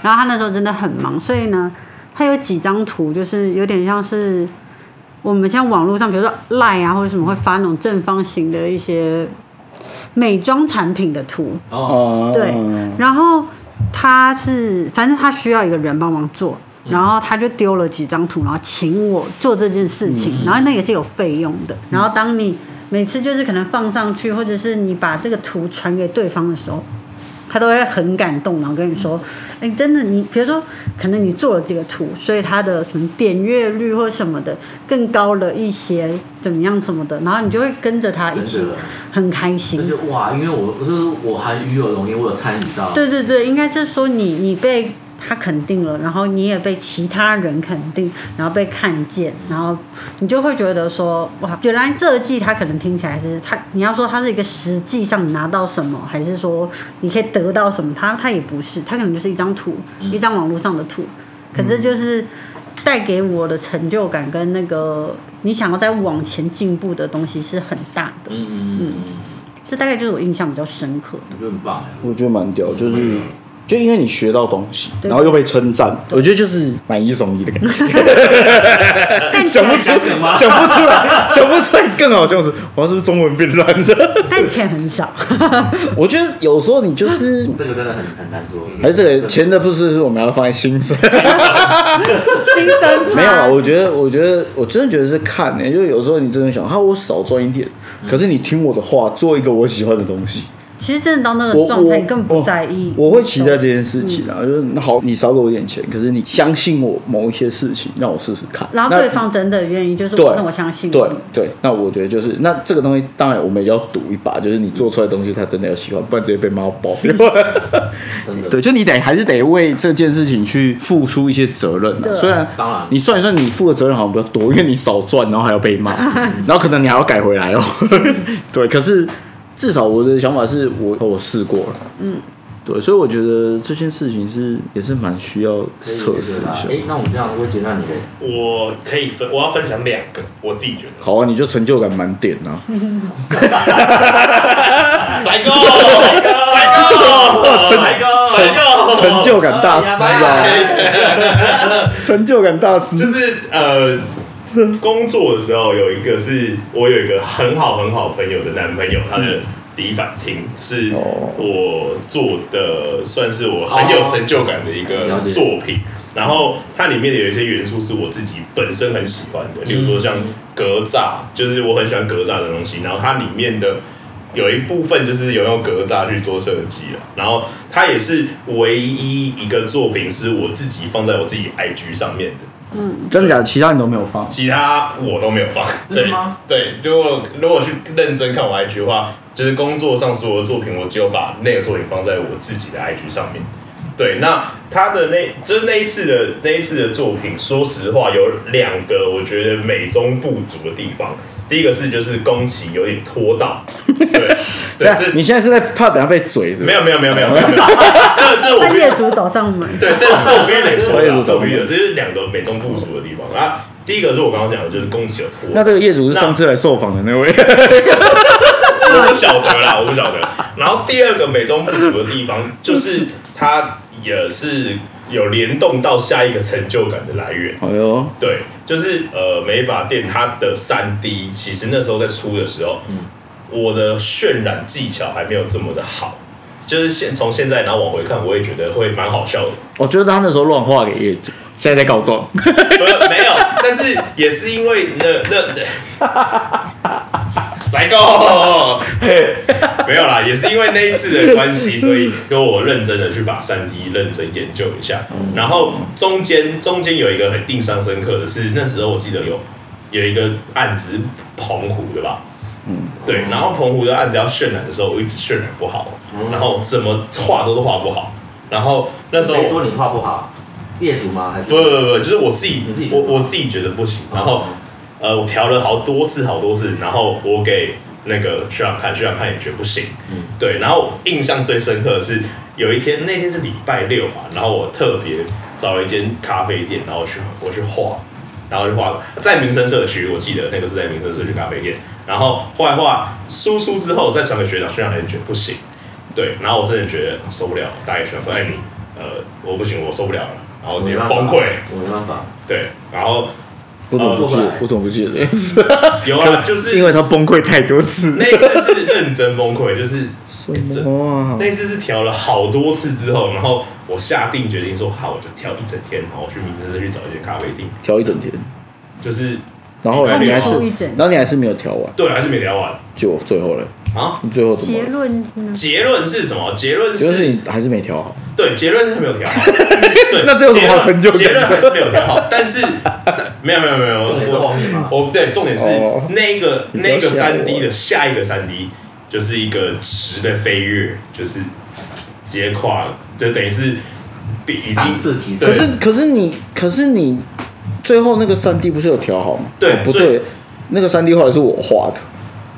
[SPEAKER 1] 然后他那时候真的很忙，所以呢，他有几张图就是有点像是。我们像网络上，比如说赖啊或者什么，会发那种正方形的一些美妆产品的图，
[SPEAKER 2] 哦，
[SPEAKER 4] 啊，
[SPEAKER 1] 对，然后他是，反正他需要一个人帮忙做，然后他就丢了几张图，然后请我做这件事
[SPEAKER 2] 嗯
[SPEAKER 1] 情，然后那也是有费用的。然后当你每次就是可能放上去，或者是你把这个图传给对方的时候。他都会很感动，然后跟你说：“哎、
[SPEAKER 2] 嗯
[SPEAKER 1] 真的，你比如说，可能你做了这个图，所以它的什么点阅率或什么的更高了一些，怎么样什么的，然后你就会跟着他一起
[SPEAKER 2] 真的
[SPEAKER 1] 很开心。
[SPEAKER 2] 那就哇，因为我就是我还与有荣焉，我有参与到，
[SPEAKER 1] 对对对，应该是说你你被他肯定了，然后你也被其他人肯定，然后被看见，然后你就会觉得说，哇，原来这季他可能听起来是他，你要说他是一个实际上你拿到什么，还是说你可以得到什么，他他也不是，他可能就是一张图，
[SPEAKER 2] 嗯
[SPEAKER 1] 一张网络上的图，可是就是。带给我的成就感跟那个你想要再往前进步的东西是很大的，
[SPEAKER 2] 嗯嗯嗯，
[SPEAKER 1] 这大概就是我印象比较深刻的。
[SPEAKER 2] 我觉得很棒哎。
[SPEAKER 4] 我觉得蛮屌，就是就因为你学到东西，
[SPEAKER 1] 对
[SPEAKER 4] 然后又被称赞，我觉得就是买一送一的感觉，
[SPEAKER 2] 呃
[SPEAKER 1] 但
[SPEAKER 4] 想
[SPEAKER 1] 钱
[SPEAKER 4] 不出，想不出来， 想不出来，更好像是我是不是中文变烂了？
[SPEAKER 1] 但钱很少，
[SPEAKER 4] 我觉得有时候你就是。
[SPEAKER 2] 这个真的很很难说。
[SPEAKER 4] 还是这个钱的不是我们要放在心 上，
[SPEAKER 1] 新生
[SPEAKER 4] 没有啊，我觉得，我觉得，我真的觉得是看诶、就是有时候你真的想，哈，啊我少赚一点，可是你听我的话，做一个我喜欢的东西，
[SPEAKER 1] 其实真的到那
[SPEAKER 4] 我
[SPEAKER 1] 个状态，
[SPEAKER 4] 我哦
[SPEAKER 1] 你根本不在意。嗯
[SPEAKER 4] 我会期待这件事情啊，就是那好，你少给我一点钱，可是你相信我某一些事情，让我试试看。
[SPEAKER 1] 然后
[SPEAKER 4] 那
[SPEAKER 1] 对方真的愿意，就是
[SPEAKER 4] 对，
[SPEAKER 1] 那我相信你。
[SPEAKER 4] 对对，那我觉得就是那这个东西，当然我们也要赌一把，就是你做出来的东西，他真的要喜欢，不然直接被猫爆掉。
[SPEAKER 2] 真的
[SPEAKER 4] 对，就你得还是得为这件事情去付出一些责任、啊，
[SPEAKER 1] 对
[SPEAKER 4] 虽然
[SPEAKER 2] 当然
[SPEAKER 4] 你算一算，你负的责任好像比较多，因为你少赚，然后还要被骂，然后可能你还要改回来哦。 对，可是至少我的想法是我我试过了，嗯，对，所以我觉得这件事情是也是蛮需要
[SPEAKER 2] 可以
[SPEAKER 4] 测试一下
[SPEAKER 2] 对。吧哎，那我们这样，我姐，那你嘞？
[SPEAKER 5] 我可以分，我要分享两个，我自己觉得。
[SPEAKER 4] 好啊，你就成就感满点 啊！
[SPEAKER 5] 帅哥，帅哥，帅哥，帅哥，
[SPEAKER 4] 成就感
[SPEAKER 2] 哎
[SPEAKER 4] 大师啊，成就感大师，
[SPEAKER 5] 就是呃，工作的时候有一个是我有一个很好很好朋友的男朋友，他的
[SPEAKER 2] 嗯
[SPEAKER 5] 李反听是
[SPEAKER 4] 哦
[SPEAKER 5] 我做的，算是我很有成就感的一个
[SPEAKER 2] 哦了解
[SPEAKER 5] 作品。然后它里面有一些元素是我自己本身很喜欢
[SPEAKER 2] 嗯
[SPEAKER 5] 的，例如说像格栅，就是我很喜欢格栅的东西。然后它里面的有一部分就是有用格栅去做设计了，然后它也是唯一一个作品是我自己放在我自己 IG 上面的。
[SPEAKER 4] 真的假的？其他你都没有放，
[SPEAKER 5] 其他我都没有放。对对，如果如果去认真看我 IG 的话，就是工作上所有的作品，我只有把那个作品放在我自己的 IG 上面。对，那他的那就是那一次的那一次的作品，说实话有两个我觉得美中不足的地方。第一个是就是宫崎有点拖到，对对，这
[SPEAKER 4] 你现在是在怕等下被嘴是不
[SPEAKER 5] 没
[SPEAKER 4] 是？
[SPEAKER 5] 有没有没有没有没有，没有这这这我
[SPEAKER 1] 那
[SPEAKER 5] 必须
[SPEAKER 1] 业主找上 门，
[SPEAKER 5] 对，这这我必须得说
[SPEAKER 4] 所以
[SPEAKER 5] 啦，
[SPEAKER 4] 是
[SPEAKER 5] 这
[SPEAKER 4] 怎
[SPEAKER 5] 我
[SPEAKER 4] 么
[SPEAKER 5] 必须得，这是两个美中不足的地方啊。第一个是我刚刚讲的，就是宫崎有拖到
[SPEAKER 4] 那这个业主是上次来受访的那位，
[SPEAKER 5] 我不晓得啦，我不晓得。然后第二个美中不足的地方，就是它也是有联动到下一个成就感的来源。
[SPEAKER 4] 哎呦，
[SPEAKER 5] 对，就是呃，美发店它的三 D，其实那时候在出的时候，我的渲染技巧还没有这么的好。就是现从现在然后往回看，我也觉得会蛮好笑的。
[SPEAKER 4] 我觉得他那时候乱画给业主，现在在告状。
[SPEAKER 5] 不是 没有，但是也是因为那那那， 塞狗，没有啦，也是因为那一次的关系，所以跟我认真的去把三 D 认真研究一下。然后中间中间有一个很印象深刻的是，那时候我记得有有一个案子是澎湖的吧。嗯，对，然后澎湖的案子要渲染的时候，我一直渲染不好，然后怎么画都画不好，然后那时候
[SPEAKER 2] 谁说你画不好？业主吗？还是哦
[SPEAKER 5] 不不不不，就是我自己
[SPEAKER 2] 你自己，觉
[SPEAKER 5] 我
[SPEAKER 2] 得
[SPEAKER 5] 我自己觉得不行。然后呃，我调了好多次好多次，然后我给那个徐朗看，徐朗看也觉得不行。嗯，对。然后印象最深刻的是有一天，那天是礼拜六嘛，然后我特别找了一间咖啡店，然后去我去画，然后就画在民生社区，我记得那个是在民生社区咖啡店。然后画一画输出之后，再传给学长，学长也觉得不行。对，然后我真的觉得受不了，大概学长说：“哎，你呃，我不行，我受不了了。”然后我直接
[SPEAKER 2] 没办法
[SPEAKER 5] 崩溃。
[SPEAKER 2] 我没办法，
[SPEAKER 5] 对，然后
[SPEAKER 4] 我怎么哦不记
[SPEAKER 2] 呃
[SPEAKER 4] 得？我怎么不记得这件事？
[SPEAKER 5] 有啊，就是
[SPEAKER 4] 因为他崩溃太多次。
[SPEAKER 5] 那一次是认真崩溃，就是
[SPEAKER 4] 什么啊
[SPEAKER 5] 那一次是调了好多次之后，然后我下定决心说好，我就调一整天，然后我去明天再去找一间咖啡店，
[SPEAKER 4] 调一整天，
[SPEAKER 5] 就是
[SPEAKER 4] 然后呢
[SPEAKER 5] 礼拜六
[SPEAKER 4] 你还是
[SPEAKER 1] 抽一整，
[SPEAKER 4] 然后你还是没有调完，
[SPEAKER 5] 对，还是没聊完
[SPEAKER 4] 就最后嘞，
[SPEAKER 5] 啊。
[SPEAKER 4] 你最后怎么
[SPEAKER 1] 结
[SPEAKER 4] 了？
[SPEAKER 1] 论呢？
[SPEAKER 5] 结论是什么？结论是
[SPEAKER 4] 就是你还是没调好，
[SPEAKER 5] 对，结论是没有调好。对
[SPEAKER 4] 那这有什么好成就感
[SPEAKER 5] 结论结论还是没有调 好，但是但没有没有没有，
[SPEAKER 2] 重点是后
[SPEAKER 5] 我
[SPEAKER 2] 面嘛。
[SPEAKER 5] 我我对重点是
[SPEAKER 4] 哦
[SPEAKER 5] 那个
[SPEAKER 4] 你不要
[SPEAKER 5] 那个
[SPEAKER 4] 吓我
[SPEAKER 5] 三 D 的下一个三 D 就是一个直的飞跃，就是直接跨，就等于是比已
[SPEAKER 2] 档
[SPEAKER 5] 经
[SPEAKER 2] 次提升
[SPEAKER 5] 对
[SPEAKER 4] 可是可是你可是你最后那个三 D 不是有调好吗？
[SPEAKER 5] 对
[SPEAKER 4] 哦不
[SPEAKER 5] 最
[SPEAKER 4] 对，那个三 D 后来是我画的，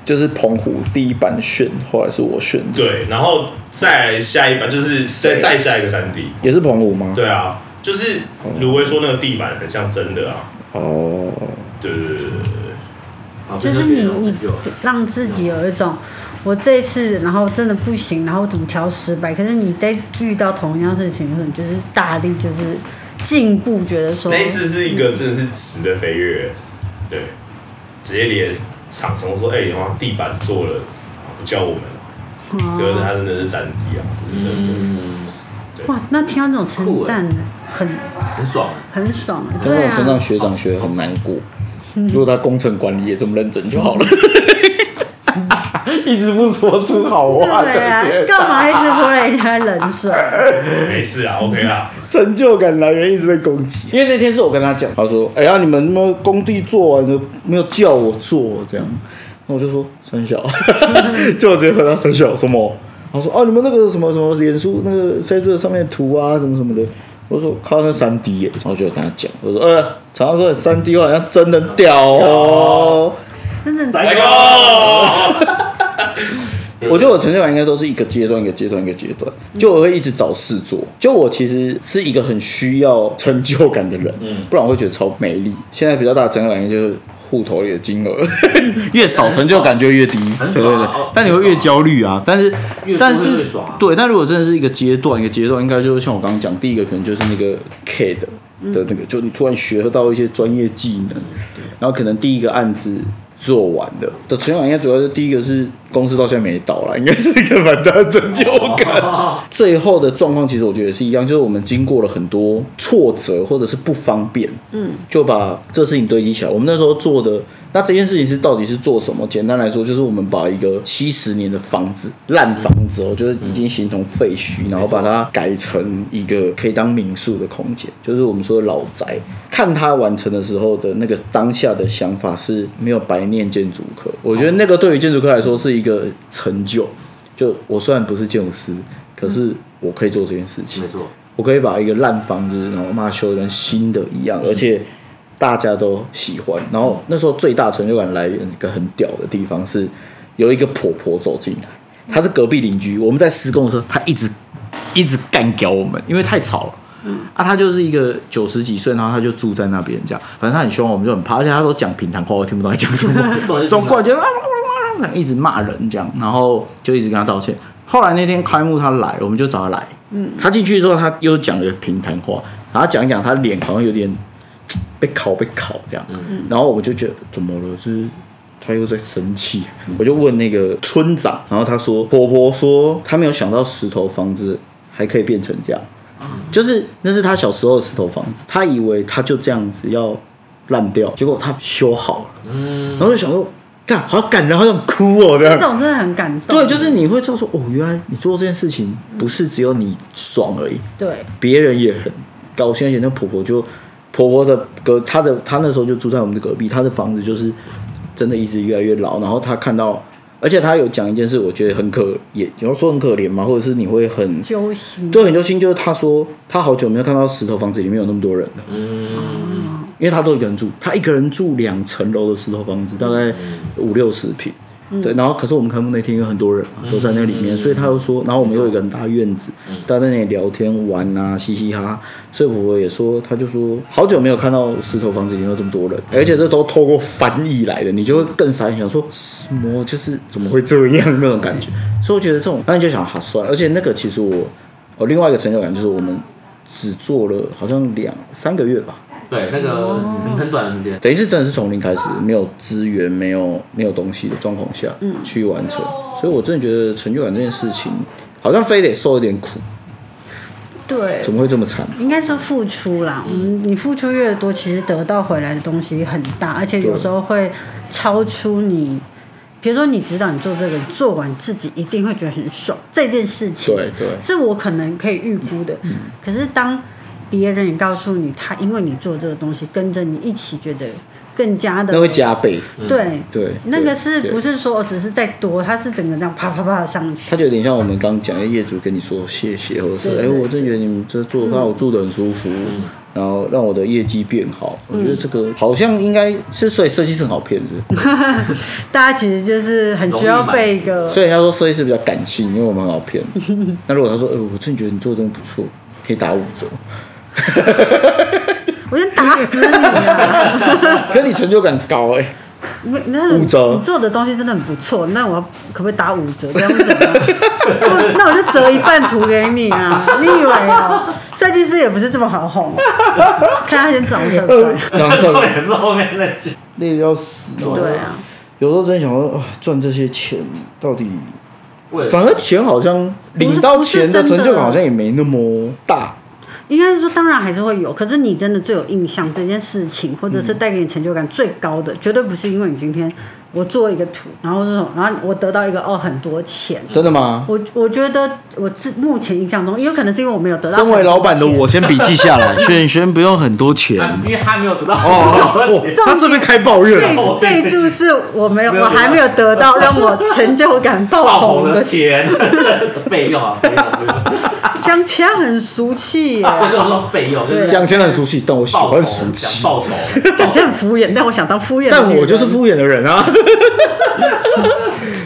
[SPEAKER 4] 就是澎湖第一版炫，后来是我炫的，
[SPEAKER 5] 对，然后再下一版就是再再下一个三 D，
[SPEAKER 4] 也是澎湖吗？
[SPEAKER 5] 对啊，就是如威说那个地板很像真的啊，
[SPEAKER 4] 哦，
[SPEAKER 5] 对对对对对对
[SPEAKER 2] 啊
[SPEAKER 1] 就
[SPEAKER 2] 所以
[SPEAKER 1] 是
[SPEAKER 2] 变
[SPEAKER 1] 你
[SPEAKER 2] 成有
[SPEAKER 1] 你
[SPEAKER 2] 成就了
[SPEAKER 1] 让自己有一种，我这一次然后真的不行，然后我怎么调失败？可是你在遇到同样事情的时候，你就是大力就是进步，觉得说
[SPEAKER 5] 那一次是一个真的是直的飞跃，对，直接连厂商说，哎、你往地板做了，不叫我们了，可是
[SPEAKER 1] 啊，
[SPEAKER 5] 它真的是三 D 啊，是真的，
[SPEAKER 2] 嗯，
[SPEAKER 1] 哇，那听到这种称赞
[SPEAKER 4] 欸
[SPEAKER 1] 很
[SPEAKER 2] 很爽。
[SPEAKER 1] 很爽，
[SPEAKER 4] 但是
[SPEAKER 1] 对
[SPEAKER 4] 我成长
[SPEAKER 1] 啊，
[SPEAKER 4] 学长学得很难过。如果他工程管理也这么认真 就好了， 一直不说出好话的
[SPEAKER 1] 对啊，
[SPEAKER 4] 学
[SPEAKER 1] 干
[SPEAKER 4] 长，
[SPEAKER 1] 嘛一直泼人家冷 水？
[SPEAKER 5] 没事啊，OK 啦，
[SPEAKER 4] 成就感来源一直被攻击。因为那天是我跟他讲，他说：“哎呀，你们那么工地做完了没有叫我做啊这样？”那我就说：“三小。” 就我直接回答：“三小什么？”他说：“哦，你们那个什么什么脸书那个 Facebook 上面的图啊，什么什么的。”我说：“靠，那三 D 耶。”然后就跟他讲，我说：“呃，常常说三 D 好像真的屌哦。
[SPEAKER 1] 真的是
[SPEAKER 5] 来哦，
[SPEAKER 4] 我觉得我成就感应该都是一个阶段一个阶段一个阶段，
[SPEAKER 2] 嗯
[SPEAKER 4] 就我会一直找事做。就我其实是一个很需要成就感的人，
[SPEAKER 2] 嗯
[SPEAKER 4] 不然我会觉得超没力。现在比较大的成就感应该就是户头里的金额， 越少成就感就越低，
[SPEAKER 2] 很
[SPEAKER 4] 对
[SPEAKER 2] 爽很
[SPEAKER 4] 对
[SPEAKER 2] 爽
[SPEAKER 4] 对
[SPEAKER 2] 啊哦。
[SPEAKER 4] 但你会越焦虑啊，但是
[SPEAKER 2] 越多
[SPEAKER 4] 但是
[SPEAKER 2] 越爽啊
[SPEAKER 4] 对，但如果真的是一个阶段一个阶段，应该就是像我刚刚讲，第一个可能就是那个 K 的
[SPEAKER 2] 嗯
[SPEAKER 4] 的那个，就你突然学到一些专业技能，然后可能第一个案子做完了的成就感，应该主要是第一个是公司到现在没倒了，应该是一个蛮大的成就感。
[SPEAKER 2] 啊
[SPEAKER 4] 最后的状况其实我觉得也是一样，就是我们经过了很多挫折或者是不方便，嗯，就把这事情堆积起来。我们那时候做的。那这件事情是到底是做什么？简单来说，就是我们把一个七十年的房子，烂房子哦，就是已经形同废墟，然后把它改成一个可以当民宿的空间，就是我们说的老宅。看它完成的时候的那个当下的想法是没有白念建筑科，我觉得那个对于建筑科来说是一个成就。就我虽然不是建筑师，可是我可以做这件事情
[SPEAKER 2] 没。错，
[SPEAKER 4] 我可以把一个烂房子，然后把它修得跟新的一样，而且大家都喜欢。然后那时候最大成就感来源一个很屌的地方是，有一个婆婆走进来，她是隔壁邻居。我们在施工的时候，她一直一直干掉我们，因为太吵了。啊，她就是一个九十几岁，然后她就住在那边，这样，反正她很凶，我们就很怕，而且她都讲平潭话，我听不懂她讲什么
[SPEAKER 2] 重点。是
[SPEAKER 4] 总冠军啊，一直骂人这样，然后就一直跟她道歉。后来那天开幕她来，我们就找她来，嗯，她进去之后，她又讲了平潭话，然后讲一讲，她脸好像有点被烤被烤这样，然后我就觉得怎么了是。他又在生气，我就问那个村长，然后他说婆婆说她没有想到石头房子还可以变成这样，就是那是他小时候的石头房子，他以为他就这样子要烂掉，结果他修好了，然后就想说，干好感人，好想哭哦这
[SPEAKER 1] 这
[SPEAKER 4] 样。
[SPEAKER 1] 种真的很感动。
[SPEAKER 4] 对，就是你会知道说，哦，原来你做这件事情不是只有你爽而已，
[SPEAKER 1] 对，
[SPEAKER 4] 别人也很高兴。而且那婆婆就婆婆的隔她的她那时候就住在我们的隔壁，她的房子就是真的一直越来越老。然后她看到，而且她有讲一件事，我觉得很可也，你要说很可怜嘛，或者是你会很
[SPEAKER 1] 揪心。
[SPEAKER 4] 对，很揪心，就是他说他好久没有看到石头房子里面有那么多人了，嗯，因为他都一个人住，他一个人住两层楼的石头房子，大概五六十平。对，然后可是我们开幕那天有很多人嘛，都在那里面，所以他又说，然后我们又有一个很大院子，大家在那里聊天玩啊，嘻嘻哈哈。所以婆婆也说，他就说好久没有看到石头房子里面有这么多人，而且这都透过翻译来的，你就会更傻眼，想说什么就是怎么会这样那种感觉。所以我觉得这种，那你就想哈算了，而且那个其实我哦，另外一个成就感就是我们只做了好像两三个月吧，
[SPEAKER 2] 对，那个
[SPEAKER 4] 哦
[SPEAKER 2] 很很短的时间，
[SPEAKER 4] 等于是真的是从零开始，没有资源、没有没有东西的状况下，
[SPEAKER 1] 嗯
[SPEAKER 4] 去完成。所以我真的觉得成就感这件事情，好像非得受一点苦，
[SPEAKER 1] 对
[SPEAKER 4] 怎，么会这么惨？
[SPEAKER 1] 应该说付出啦，嗯，你付出越多，其实得到回来的东西很大，而且有时候会超出你。比如说，你知道你做这个，你做完自己一定会觉得很爽。这件事情，
[SPEAKER 4] 对对嗯
[SPEAKER 1] 是我可能可以预估的。可是当别人也告诉你，他因为你做这个东西，跟着你一起觉得更加的
[SPEAKER 4] 那会加倍，
[SPEAKER 1] 对。
[SPEAKER 4] 对，
[SPEAKER 1] 那个是
[SPEAKER 4] 对
[SPEAKER 1] 不是说我只是在多，它是整个这样啪啪啪地上去，
[SPEAKER 4] 它就有点像我们刚讲的业主跟你说谢谢，或者是
[SPEAKER 1] 对
[SPEAKER 4] 哎、
[SPEAKER 1] 对嗯
[SPEAKER 4] 我真觉得你们这做让我住的很舒服，然后让我的业绩变好。我
[SPEAKER 1] 嗯
[SPEAKER 4] 觉得这个好像应该是所以设计是很好骗的，
[SPEAKER 1] 大家其实就是很需要
[SPEAKER 2] 容易买
[SPEAKER 1] 被一个
[SPEAKER 4] 所以他说设计师比较感性，因为我们很好 骗。那如果他说，哎、我真觉得你做的东西不错，可以打五折，
[SPEAKER 1] 我就打死你啊！
[SPEAKER 4] 可是你成就感高哎、
[SPEAKER 1] 没那种
[SPEAKER 4] 五折
[SPEAKER 1] 你做的东西真的很不错，那我要可不可以打五折？这样子、啊，不那我就折一半图给你啊！你以为啊，设计师也不是这么好哄、看他先找不找出来。
[SPEAKER 4] 长这
[SPEAKER 2] 重
[SPEAKER 4] 样
[SPEAKER 2] 点是后面那句，
[SPEAKER 4] 累得要死。
[SPEAKER 1] 对啊，
[SPEAKER 4] 有时候真的想说，啊赚这些钱到底，
[SPEAKER 2] 为了
[SPEAKER 4] 反而钱好像
[SPEAKER 1] 是
[SPEAKER 4] 领到钱的
[SPEAKER 1] 不是真
[SPEAKER 4] 成
[SPEAKER 1] 的啊
[SPEAKER 4] 就感好像也没那么大。
[SPEAKER 1] 应该是说当然还是会有，可是你真的最有印象这件事情，或者是带给你成就感最高的，绝对不是因为你今天我做一个图，然后这种，然后我得到一个哦很多钱。
[SPEAKER 4] 真的吗？
[SPEAKER 1] 我我觉得我自目前印象中，也有可能是因为我没有得到。
[SPEAKER 4] 身为老板的我，，先笔记下 来。轩轩不用很多钱
[SPEAKER 2] 啊他因为他没有得到
[SPEAKER 4] 哦，
[SPEAKER 2] 哦，
[SPEAKER 4] 他这边开抱怨啊了。
[SPEAKER 1] 备备注是我没有，
[SPEAKER 2] 没有
[SPEAKER 1] 我还没有得 到让我成就感爆
[SPEAKER 2] 爆
[SPEAKER 1] 棚
[SPEAKER 2] 棚
[SPEAKER 1] 的
[SPEAKER 2] 的 钱费用啊，费用，费用
[SPEAKER 1] 讲起来很俗气耶，
[SPEAKER 2] 不是我说费用，就是
[SPEAKER 1] 对
[SPEAKER 4] 讲钱很熟悉，但我喜
[SPEAKER 2] 报酬
[SPEAKER 4] 欢熟
[SPEAKER 2] 讲
[SPEAKER 4] 悉，
[SPEAKER 2] 报酬，
[SPEAKER 1] 讲起来很敷衍，但我想当敷衍。
[SPEAKER 4] 但我就是，敷衍的人啊。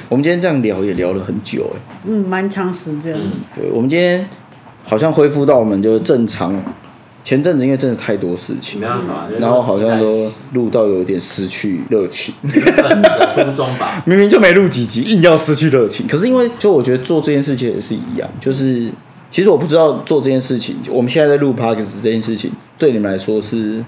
[SPEAKER 4] 我们今天这样聊也聊了很久哎、
[SPEAKER 1] 嗯，蛮长时间。
[SPEAKER 4] 对，我们今天好像恢复到我们就是正常。前阵子因为真的太多事情
[SPEAKER 2] 没，啊办法，
[SPEAKER 4] 然后好像都录到有点失去热情，
[SPEAKER 2] 本的初衷吧，
[SPEAKER 4] 明明就没录几集，硬要失去热情。可是因为就我觉得做这件事情也是一样，就是其实我不知道做这件事情，我们现在在录 podcast 这件事情对你们来说是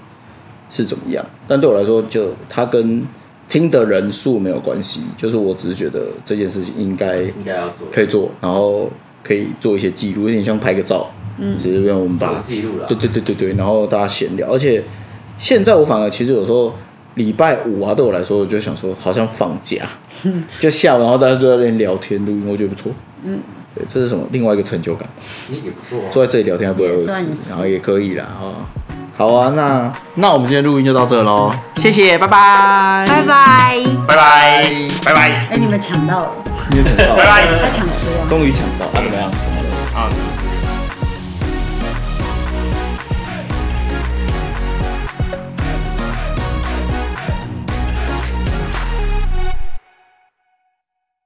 [SPEAKER 4] 是怎么样，但对我来说就它跟听的人数没有关系，就是我只是觉得这件事情应该
[SPEAKER 2] 应该要做，
[SPEAKER 4] 可以做，然后可以做一些记录，有点像拍个照，嗯，只是让我们把
[SPEAKER 2] 有记录了
[SPEAKER 4] 对，对对对对，然后大家闲聊，而且现在我反而其实有时候礼拜五啊，对我来说，我就想说好像放假，
[SPEAKER 1] 嗯
[SPEAKER 4] 就下午然后大家就在那边聊天录音，我觉得不错，嗯，对，这是什么另外一个成就感，
[SPEAKER 2] 也也不错啊，
[SPEAKER 4] 坐在这里聊天还不会
[SPEAKER 1] 也
[SPEAKER 4] 饿
[SPEAKER 1] 算
[SPEAKER 4] 死，
[SPEAKER 1] 是
[SPEAKER 4] 然后也可以啦啊、哦好啊，那那我们今天录音就到 这喽，谢谢，拜拜，
[SPEAKER 1] 拜拜！
[SPEAKER 5] 拜拜，拜拜，
[SPEAKER 1] 哎，你们抢到了，
[SPEAKER 4] 今天抢到
[SPEAKER 5] 拜
[SPEAKER 4] 了，
[SPEAKER 5] 拜。
[SPEAKER 1] 他抢输了。
[SPEAKER 4] 终于抢到，啊怎么样？怎么样